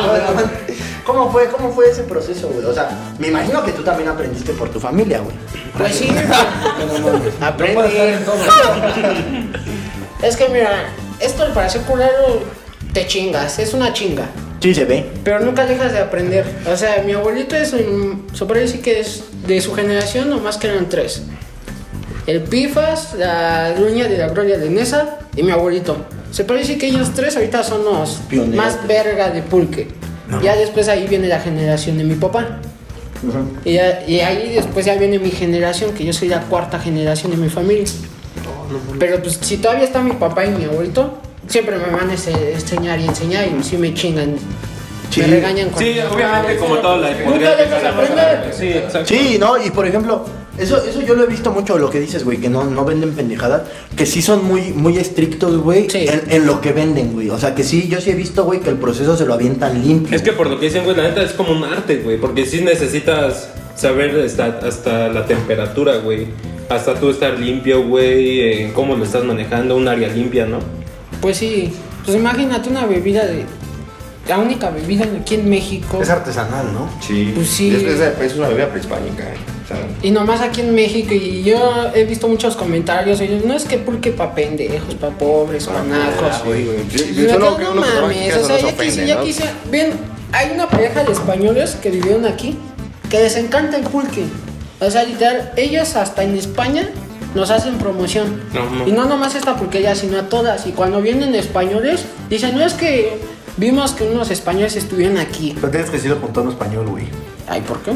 Speaker 7: ¿Cómo fue, ¿Cómo fue ese proceso, güey? O sea, me imagino que tú también aprendiste por tu familia, güey.
Speaker 6: Pues sí.
Speaker 7: No puede estar
Speaker 6: Aprende.
Speaker 7: en todo.
Speaker 6: Es que mira, esto al parecer culero te chingas, es una chinga.
Speaker 7: Sí, se ve.
Speaker 6: Pero nunca dejas de aprender. O sea, mi abuelito es, un- se puede decir que es de su generación, nomás que eran tres. El Pifas, la dueña de la gloria de Nesa y mi abuelito. Se puede decir que ellos tres ahorita son los
Speaker 7: Pioneros.
Speaker 6: más verga de pulque. Ya después ahí viene la generación de mi papá. Y, ya- y ahí después ya viene mi generación, que yo soy la cuarta generación de mi familia. Pero pues si todavía está mi papá y mi abuelito, siempre me van a ense- enseñar y enseñar y si me chingan. Me regañan
Speaker 3: Sí,
Speaker 6: cuando-
Speaker 3: obviamente, como toda la
Speaker 6: Nunca dejas de aprender.
Speaker 3: Sí, exacto.
Speaker 7: Sí, no, y por ejemplo, eso, eso yo lo he visto mucho, lo que dices, güey, que no, no venden pendejadas, que sí son muy, muy estrictos, güey,
Speaker 6: Sí.
Speaker 7: en, en lo que venden, güey. O sea, que sí, yo sí he visto, güey, que el proceso se lo avientan limpio.
Speaker 3: Es que por lo que dicen, güey, la neta es como un arte, güey. Porque sí necesitas saber hasta, hasta la temperatura, güey. Hasta tú estar limpio, güey. eh, cómo lo estás manejando, un área limpia, ¿no?
Speaker 6: Pues sí, pues imagínate una bebida de. La única bebida aquí en México.
Speaker 2: Es artesanal, ¿no?
Speaker 5: Sí.
Speaker 6: Pues sí.
Speaker 5: Es, es- es una bebida prehispánica. eh, o sea,
Speaker 6: Y nomás aquí en México, y yo he visto muchos comentarios, ellos, no es que pulque pa' pendejos, pa' pobres, pa' nacos.
Speaker 5: Ah, güey, güey. Yo-
Speaker 6: Y
Speaker 5: yo
Speaker 6: yo,
Speaker 5: solo que
Speaker 6: Pues no
Speaker 5: uno que trabaja en
Speaker 6: mames,
Speaker 5: casa
Speaker 6: o sea,
Speaker 5: no se
Speaker 6: ya quise,
Speaker 5: ofende,
Speaker 6: ya
Speaker 5: ¿no?
Speaker 6: quise. Bien, hay una pareja de españoles que vivieron aquí, que les encanta el pulque. O sea, literal, ellos hasta en España nos hacen promoción.
Speaker 3: Ajá.
Speaker 6: Y no nomás esta pulquería, sino a todas. Y cuando vienen españoles, dicen, no es que vimos que unos españoles estuvieron aquí.
Speaker 7: Pero tienes que decirlo con tono español, güey. Ah.
Speaker 6: Ay, ¿por qué?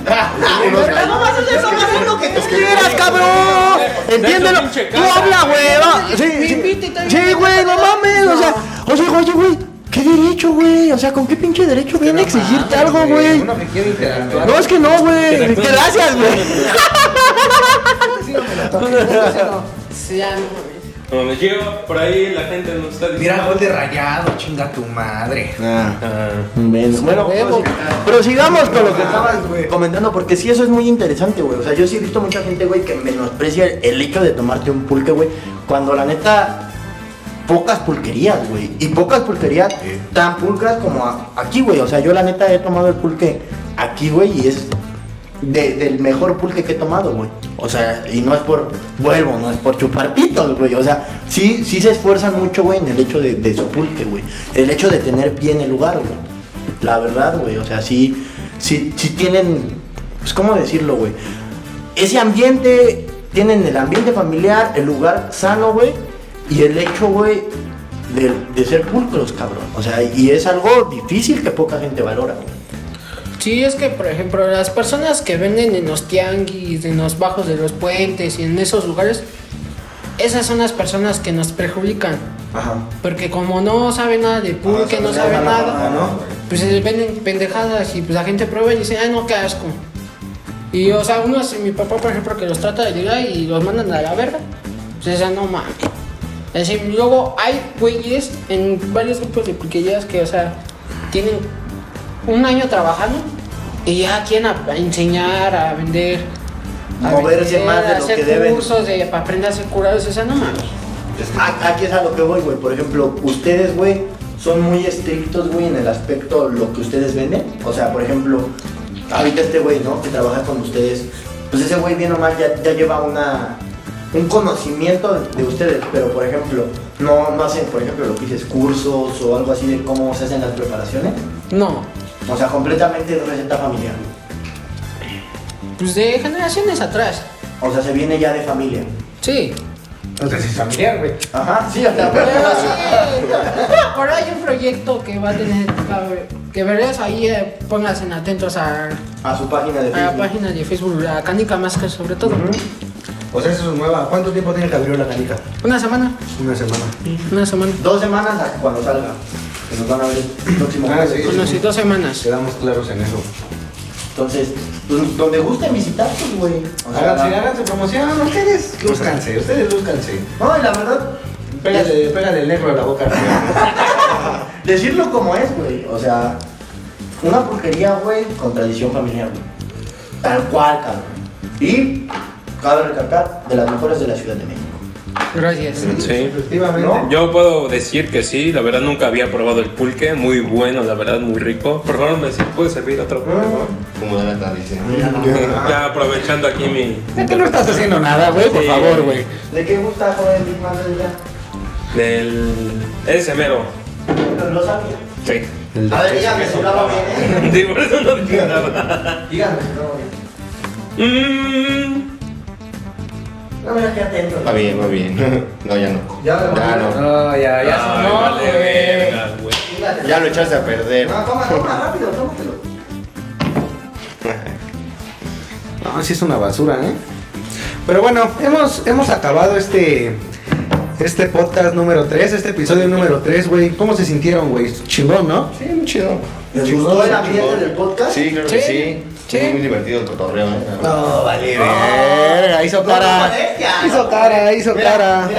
Speaker 7: no vas a hacer eso, vas a hacer lo que tú quieras,
Speaker 2: cabrón!
Speaker 3: Entiéndelo. Tú habla,
Speaker 2: güey! va.
Speaker 6: Me
Speaker 2: Sí,
Speaker 6: invita y
Speaker 2: sí.
Speaker 6: tal.
Speaker 2: Sí, güey, no mames, o sea.
Speaker 7: O sea, oye, güey, ¿qué derecho, güey? O sea, ¿con qué pinche derecho viene a exigirte algo, güey?
Speaker 2: Ah, Uno que quiere interactuar.
Speaker 7: No, es que no, güey.
Speaker 3: Interactúa.
Speaker 7: Gracias, güey.
Speaker 6: Sí, ya, no mames.
Speaker 3: No mames, llega por ahí la gente nos está diciendo.
Speaker 2: Mira, gol de rayado, chinga tu madre.
Speaker 7: Ah.
Speaker 3: Ah,
Speaker 7: Bueno,
Speaker 6: Huevo.
Speaker 7: prosigamos con lo que estabas güey, comentando, porque sí, eso es muy interesante, güey. O sea, yo sí he visto mucha gente, güey, que menosprecia el hecho de tomarte un pulque, güey. Cuando la neta, pocas pulquerías, güey. Y pocas pulquerías tan pulcras como a- aquí, güey. O sea, yo la neta he tomado el pulque aquí, güey, y es de- del mejor pulque que he tomado, güey. O sea, y no es por, vuelvo, no es por chupar pitos, güey. O sea, sí, sí se esfuerzan mucho, güey, en el hecho de, de su pulque, güey. El hecho de tener bien el lugar, güey. La verdad, güey. O sea, sí, sí, sí tienen, pues, ¿cómo decirlo, güey? Ese ambiente, tienen el ambiente familiar, el lugar sano, güey. Y el hecho, güey, de, de ser pulcros, cabrón. O sea, y es algo difícil que poca gente valora, güey.
Speaker 6: Sí, es que, por ejemplo, las personas que venden en los tianguis, en los bajos de los puentes y en esos lugares, esas son las personas que nos perjudican.
Speaker 7: Ajá.
Speaker 6: Porque como no saben nada de pulque, no saben nada, pues se venden pendejadas y pues la gente prueba y dice, ay, no, qué asco. Y, o sea, unos, mi papá, por ejemplo, que los trata de ayudar y los mandan a la verga, pues ya no mames. Es decir, luego hay güeyes en varios grupos de pulquerías que, o sea, tienen un año trabajando y ya quieren a- a enseñar, a vender. a
Speaker 7: Moverse más de
Speaker 6: a
Speaker 7: lo
Speaker 6: hacer
Speaker 7: que deben.
Speaker 6: cursos de, para aprender a ser curados, o sea, no mames.
Speaker 7: A- Aquí es a lo que voy, güey. Por ejemplo, ustedes, güey, son muy estrictos, güey, en el aspecto lo que ustedes venden. O sea, por ejemplo, ahorita este güey, ¿no? Que trabaja con ustedes. Pues ese güey, bien o mal, ya, ya lleva una, un conocimiento de, de ustedes. Pero, por ejemplo, no, no hacen, por ejemplo, lo que dices, cursos o algo así de cómo se hacen las preparaciones.
Speaker 6: No,
Speaker 7: O sea, completamente receta familiar.
Speaker 6: pues de generaciones atrás.
Speaker 7: O sea, se viene ya de familia.
Speaker 6: Sí.
Speaker 2: O sea, si es familiar, güey.
Speaker 7: Ajá, sí, hasta
Speaker 6: Pero sí, Por ahí hay un proyecto que va a tener que veréis ahí, eh, pónganse atentos a,
Speaker 7: A su página de
Speaker 6: a la
Speaker 7: Facebook.
Speaker 6: página de Facebook, la Canica Máscara sobre todo.
Speaker 2: O sea, eso es nueva. ¿Cuánto tiempo tiene que abrió la canica?
Speaker 6: Una semana,
Speaker 2: Una semana.
Speaker 6: una semana,
Speaker 7: Dos semanas a cuando salga. Que nos van a ver el próximo
Speaker 2: Ah,
Speaker 7: jueves.
Speaker 2: sí.
Speaker 6: bueno, sí, dos semanas.
Speaker 2: Quedamos claros en eso.
Speaker 7: Entonces, pues, donde gusten visitar, pues, güey. O sea,
Speaker 2: Háganse,
Speaker 7: la-
Speaker 2: háganse promoción. Ustedes, lúzcanse, ustedes lúzcanse.
Speaker 7: No, y la verdad,
Speaker 2: Pégale, pégale el negro a la boca.
Speaker 7: decirlo como es, güey. O sea, una porquería, güey, con tradición familiar, güey. Tal cual, cabrón. Y, cabe recalcar, de las mejores de la Ciudad de México.
Speaker 6: Gracias.
Speaker 3: Sí.
Speaker 2: Efectivamente.
Speaker 7: ¿No?
Speaker 3: Yo puedo decir que sí, la verdad nunca había probado el pulque, muy bueno, la verdad, muy rico. Por favor, me si puedes servir otro, por favor.
Speaker 5: Como de la tradición.
Speaker 3: Ya aprovechando aquí mi.
Speaker 8: Ya que no estás haciendo nada, güey, por
Speaker 3: Sí.
Speaker 8: favor, güey.
Speaker 7: ¿De qué gusta, joven, Big Man, de verdad?
Speaker 3: Del. Ese mero.
Speaker 7: Pero Lo sabía.
Speaker 3: Sí.
Speaker 7: A ver, dígame si hablaba bien, ¿eh?
Speaker 3: Sí, por eso no dije nada.
Speaker 7: Dígame si hablaba bien.
Speaker 3: Mm,
Speaker 7: No, mira, qué atento.
Speaker 5: Va bien, va bien. No, ya no. Ya, no.
Speaker 8: No, ya, ya.
Speaker 3: ay,
Speaker 8: no,
Speaker 3: vale verga, güey.
Speaker 7: Dígate.
Speaker 5: Ya lo echaste a perder.
Speaker 7: No, toma, toma, rápido, tómatelo.
Speaker 2: No, sí es una basura, ¿eh? Pero bueno, hemos, hemos acabado este, este podcast número 3, este episodio número 3, güey. ¿Cómo se sintieron, güey? Chingón, ¿no?
Speaker 5: Sí, muy chido.
Speaker 7: ¿Les gustó el ambiente del podcast?
Speaker 5: Sí, creo que sí. Fue Muy divertido el cotorreo. ¿eh?
Speaker 7: Ah,
Speaker 2: No, vale, verga, hizo cara. Hizo cara, hizo cara.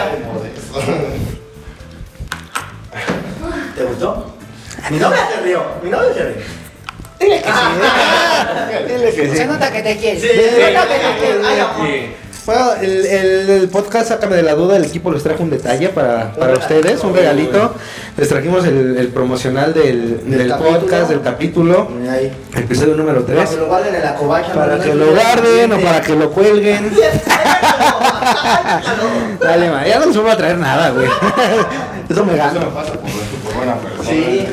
Speaker 7: ¿Te gustó? Mi novia se rió, mi novia se rió.
Speaker 6: Se nota que te quieres.
Speaker 3: Sí.
Speaker 2: Bueno, el, el- el podcast, sácame de la duda, el equipo les trajo un detalle para, para ustedes, un regalito. Les trajimos el, el promocional del,
Speaker 7: Del
Speaker 2: del
Speaker 7: capítulo.
Speaker 2: podcast, del capítulo,
Speaker 7: Ahí.
Speaker 2: episodio número
Speaker 7: Para que
Speaker 2: 3.
Speaker 7: lo guarden en la cobacha.
Speaker 2: Para
Speaker 7: ¿no?
Speaker 2: que lo guarden o para que lo cuelguen.
Speaker 7: Sácalo.
Speaker 2: Dale, ma, ya no les vuelvo a traer nada, güey. Eso me gano.
Speaker 7: Sí.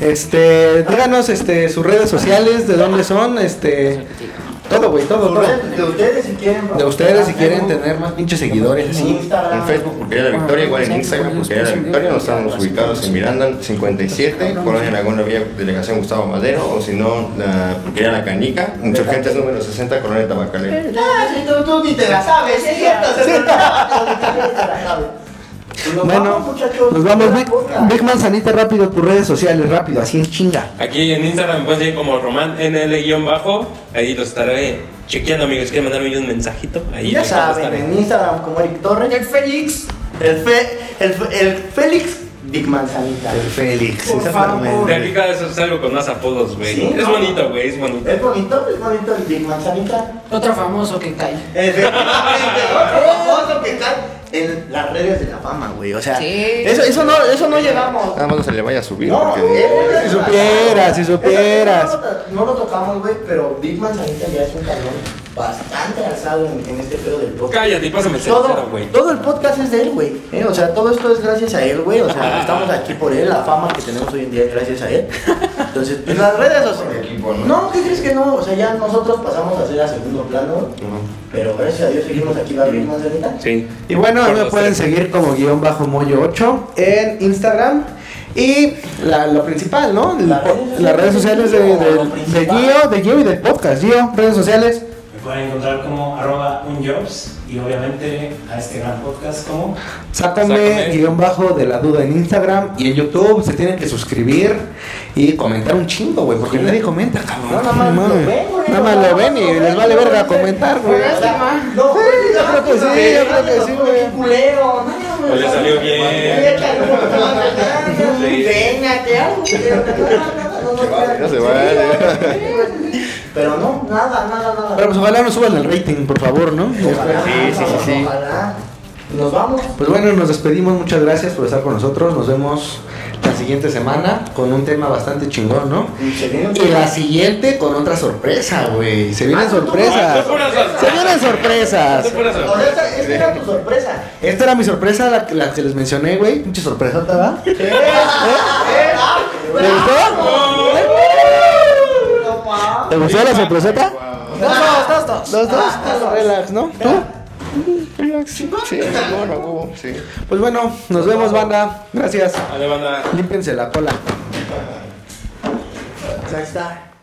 Speaker 2: Este, díganos este, sus redes sociales, de dónde son, este. Todo, güey, todo, todo.
Speaker 7: De ustedes si quieren.
Speaker 2: De ustedes si quieren tener más pinches seguidores.
Speaker 7: En Instagram.
Speaker 5: En Facebook, Porquería La Victoria, igual en Instagram, Porquería La Victoria. Nos estamos ubicados en Miranda 57, Colonia Laguna Vía, Delegación Gustavo Madero, o si no, la Porquería La Canica, Insurgentes número 60, Colonia Tabacalera.
Speaker 7: Ah, sí, tú, tú ni te la sabes, es cierto. se me olvidaba. Pues nos
Speaker 2: Bueno,
Speaker 7: vamos, muchachos.
Speaker 2: nos vamos.
Speaker 7: Buena
Speaker 2: Big,
Speaker 7: cosa.
Speaker 2: Big Manzanita, rápido tus redes sociales, rápido, así en chinga.
Speaker 3: Aquí en Instagram me pueden seguir como Román NL-bajo. Ahí los estaré chequeando, amigos. ¿Quieren mandarme un mensajito? Ahí
Speaker 7: Ya
Speaker 3: les
Speaker 7: saben,
Speaker 3: contestaré.
Speaker 7: en Instagram como Eric Torres. El Félix. El, Fe, el, Fe- el Félix Big Manzanita.
Speaker 2: Félix,
Speaker 7: Por
Speaker 2: exactamente.
Speaker 7: favor.
Speaker 3: De aquí cada vez salgo con más apodos, güey.
Speaker 7: Sí,
Speaker 3: es
Speaker 7: ¿no?
Speaker 3: bonito, güey, es bonito.
Speaker 7: Es bonito, es bonito el Big Manzanita.
Speaker 6: Otro famoso que cae.
Speaker 7: Efectivamente, otro famoso que está. en las redes de la fama, güey. O sea,
Speaker 9: Sí.
Speaker 7: eso, eso, no, eso no llegamos.
Speaker 5: Nada más no se le vaya a subir.
Speaker 7: No,
Speaker 5: porque-
Speaker 7: eh,
Speaker 2: Si supieras, si
Speaker 7: Eso
Speaker 2: supieras.
Speaker 7: No lo, no lo tocamos, güey, pero Big Man ahorita ya es un cabrón bastante alzado en, en este pedo del podcast.
Speaker 3: Cállate y pásame el cenicero,
Speaker 7: Todo,
Speaker 3: güey.
Speaker 7: todo el podcast es de él, güey. ¿eh? O sea, todo esto es gracias a él, güey. O sea, estamos aquí por él. La fama que tenemos hoy en día es gracias a él. Entonces, en las redes sociales. No, ¿qué crees que no? O sea, ya nosotros pasamos a ser a segundo plano. Pero gracias a Dios seguimos aquí, ¿va Big Man, Cerita?
Speaker 3: Sí.
Speaker 2: Y bueno, a mí me
Speaker 3: Por
Speaker 2: pueden
Speaker 3: los tres.
Speaker 2: seguir como guión bajo mollo 8 en Instagram. Y la, lo principal, ¿no? El
Speaker 7: Las
Speaker 2: po-
Speaker 7: redes
Speaker 2: las redes sociales
Speaker 7: sociales
Speaker 2: de,
Speaker 7: o lo
Speaker 2: del- de
Speaker 7: principal.
Speaker 2: Gio, de Gio y del podcast. Gio, redes sociales.
Speaker 10: Me pueden encontrar como arroba unjobs y obviamente a este gran podcast como
Speaker 2: Sácame
Speaker 3: Sácame.
Speaker 2: guión bajo de la duda en Instagram y en YouTube. Se tienen que suscribir y comentar un chingo, güey, porque nadie comenta, cabrón.
Speaker 7: No, nada más
Speaker 2: No
Speaker 7: lo
Speaker 2: mames.
Speaker 7: ven, güey,
Speaker 2: Nada
Speaker 7: no,
Speaker 2: más
Speaker 7: nada
Speaker 2: lo
Speaker 7: más
Speaker 2: ven
Speaker 7: lo
Speaker 2: y
Speaker 7: ven,
Speaker 2: les vale
Speaker 7: no,
Speaker 2: verga
Speaker 7: no,
Speaker 2: comentar, güey.
Speaker 7: O sea, No, güey,
Speaker 2: yo creo que sí, yo creo que sí, güey.
Speaker 7: Qué culero, no, no,
Speaker 3: Pues le
Speaker 7: no,
Speaker 3: salió
Speaker 7: no,
Speaker 3: bien.
Speaker 7: no, échale un poquito más de ganas,
Speaker 3: Sí.
Speaker 7: Véngate algo, pero no, no, no, no,
Speaker 5: Se vale, no se vale.
Speaker 7: Pero no, nada, nada, nada.
Speaker 2: Pero pues ojalá nos suban el rating, por favor, ¿no?
Speaker 7: Ojalá,
Speaker 5: Sí, sí, sí, sí.
Speaker 7: ojalá. Nos vamos.
Speaker 2: Pues bueno, nos despedimos, muchas gracias por estar con nosotros. Nos vemos la siguiente semana con un tema bastante chingón, ¿no?
Speaker 7: Se viene un-
Speaker 2: Y la siguiente con otra sorpresa, güey. Se vienen
Speaker 3: Ah,
Speaker 2: sorpresas.
Speaker 3: tú puras sorpresas.
Speaker 2: Se vienen sorpresas.
Speaker 3: Tú puras
Speaker 7: O
Speaker 3: sorpresas.
Speaker 7: sea, esta- esta era tu sorpresa.
Speaker 2: Esta era mi sorpresa, la, la que les mencioné, güey. Mucha sorpresa, ¿verdad? ¿Eh? ¿Te gustó?
Speaker 7: No, pa.
Speaker 2: ¿Te gustó la sorpresota? Dos, dos, dos, dos. Relax, ¿no? ¿Tú?
Speaker 5: Sí, amor, a huevo, sí.
Speaker 2: Pues bueno, nos vemos, banda. Gracias.
Speaker 3: Dale, banda.
Speaker 2: Límpiense la cola.
Speaker 7: Ahí está.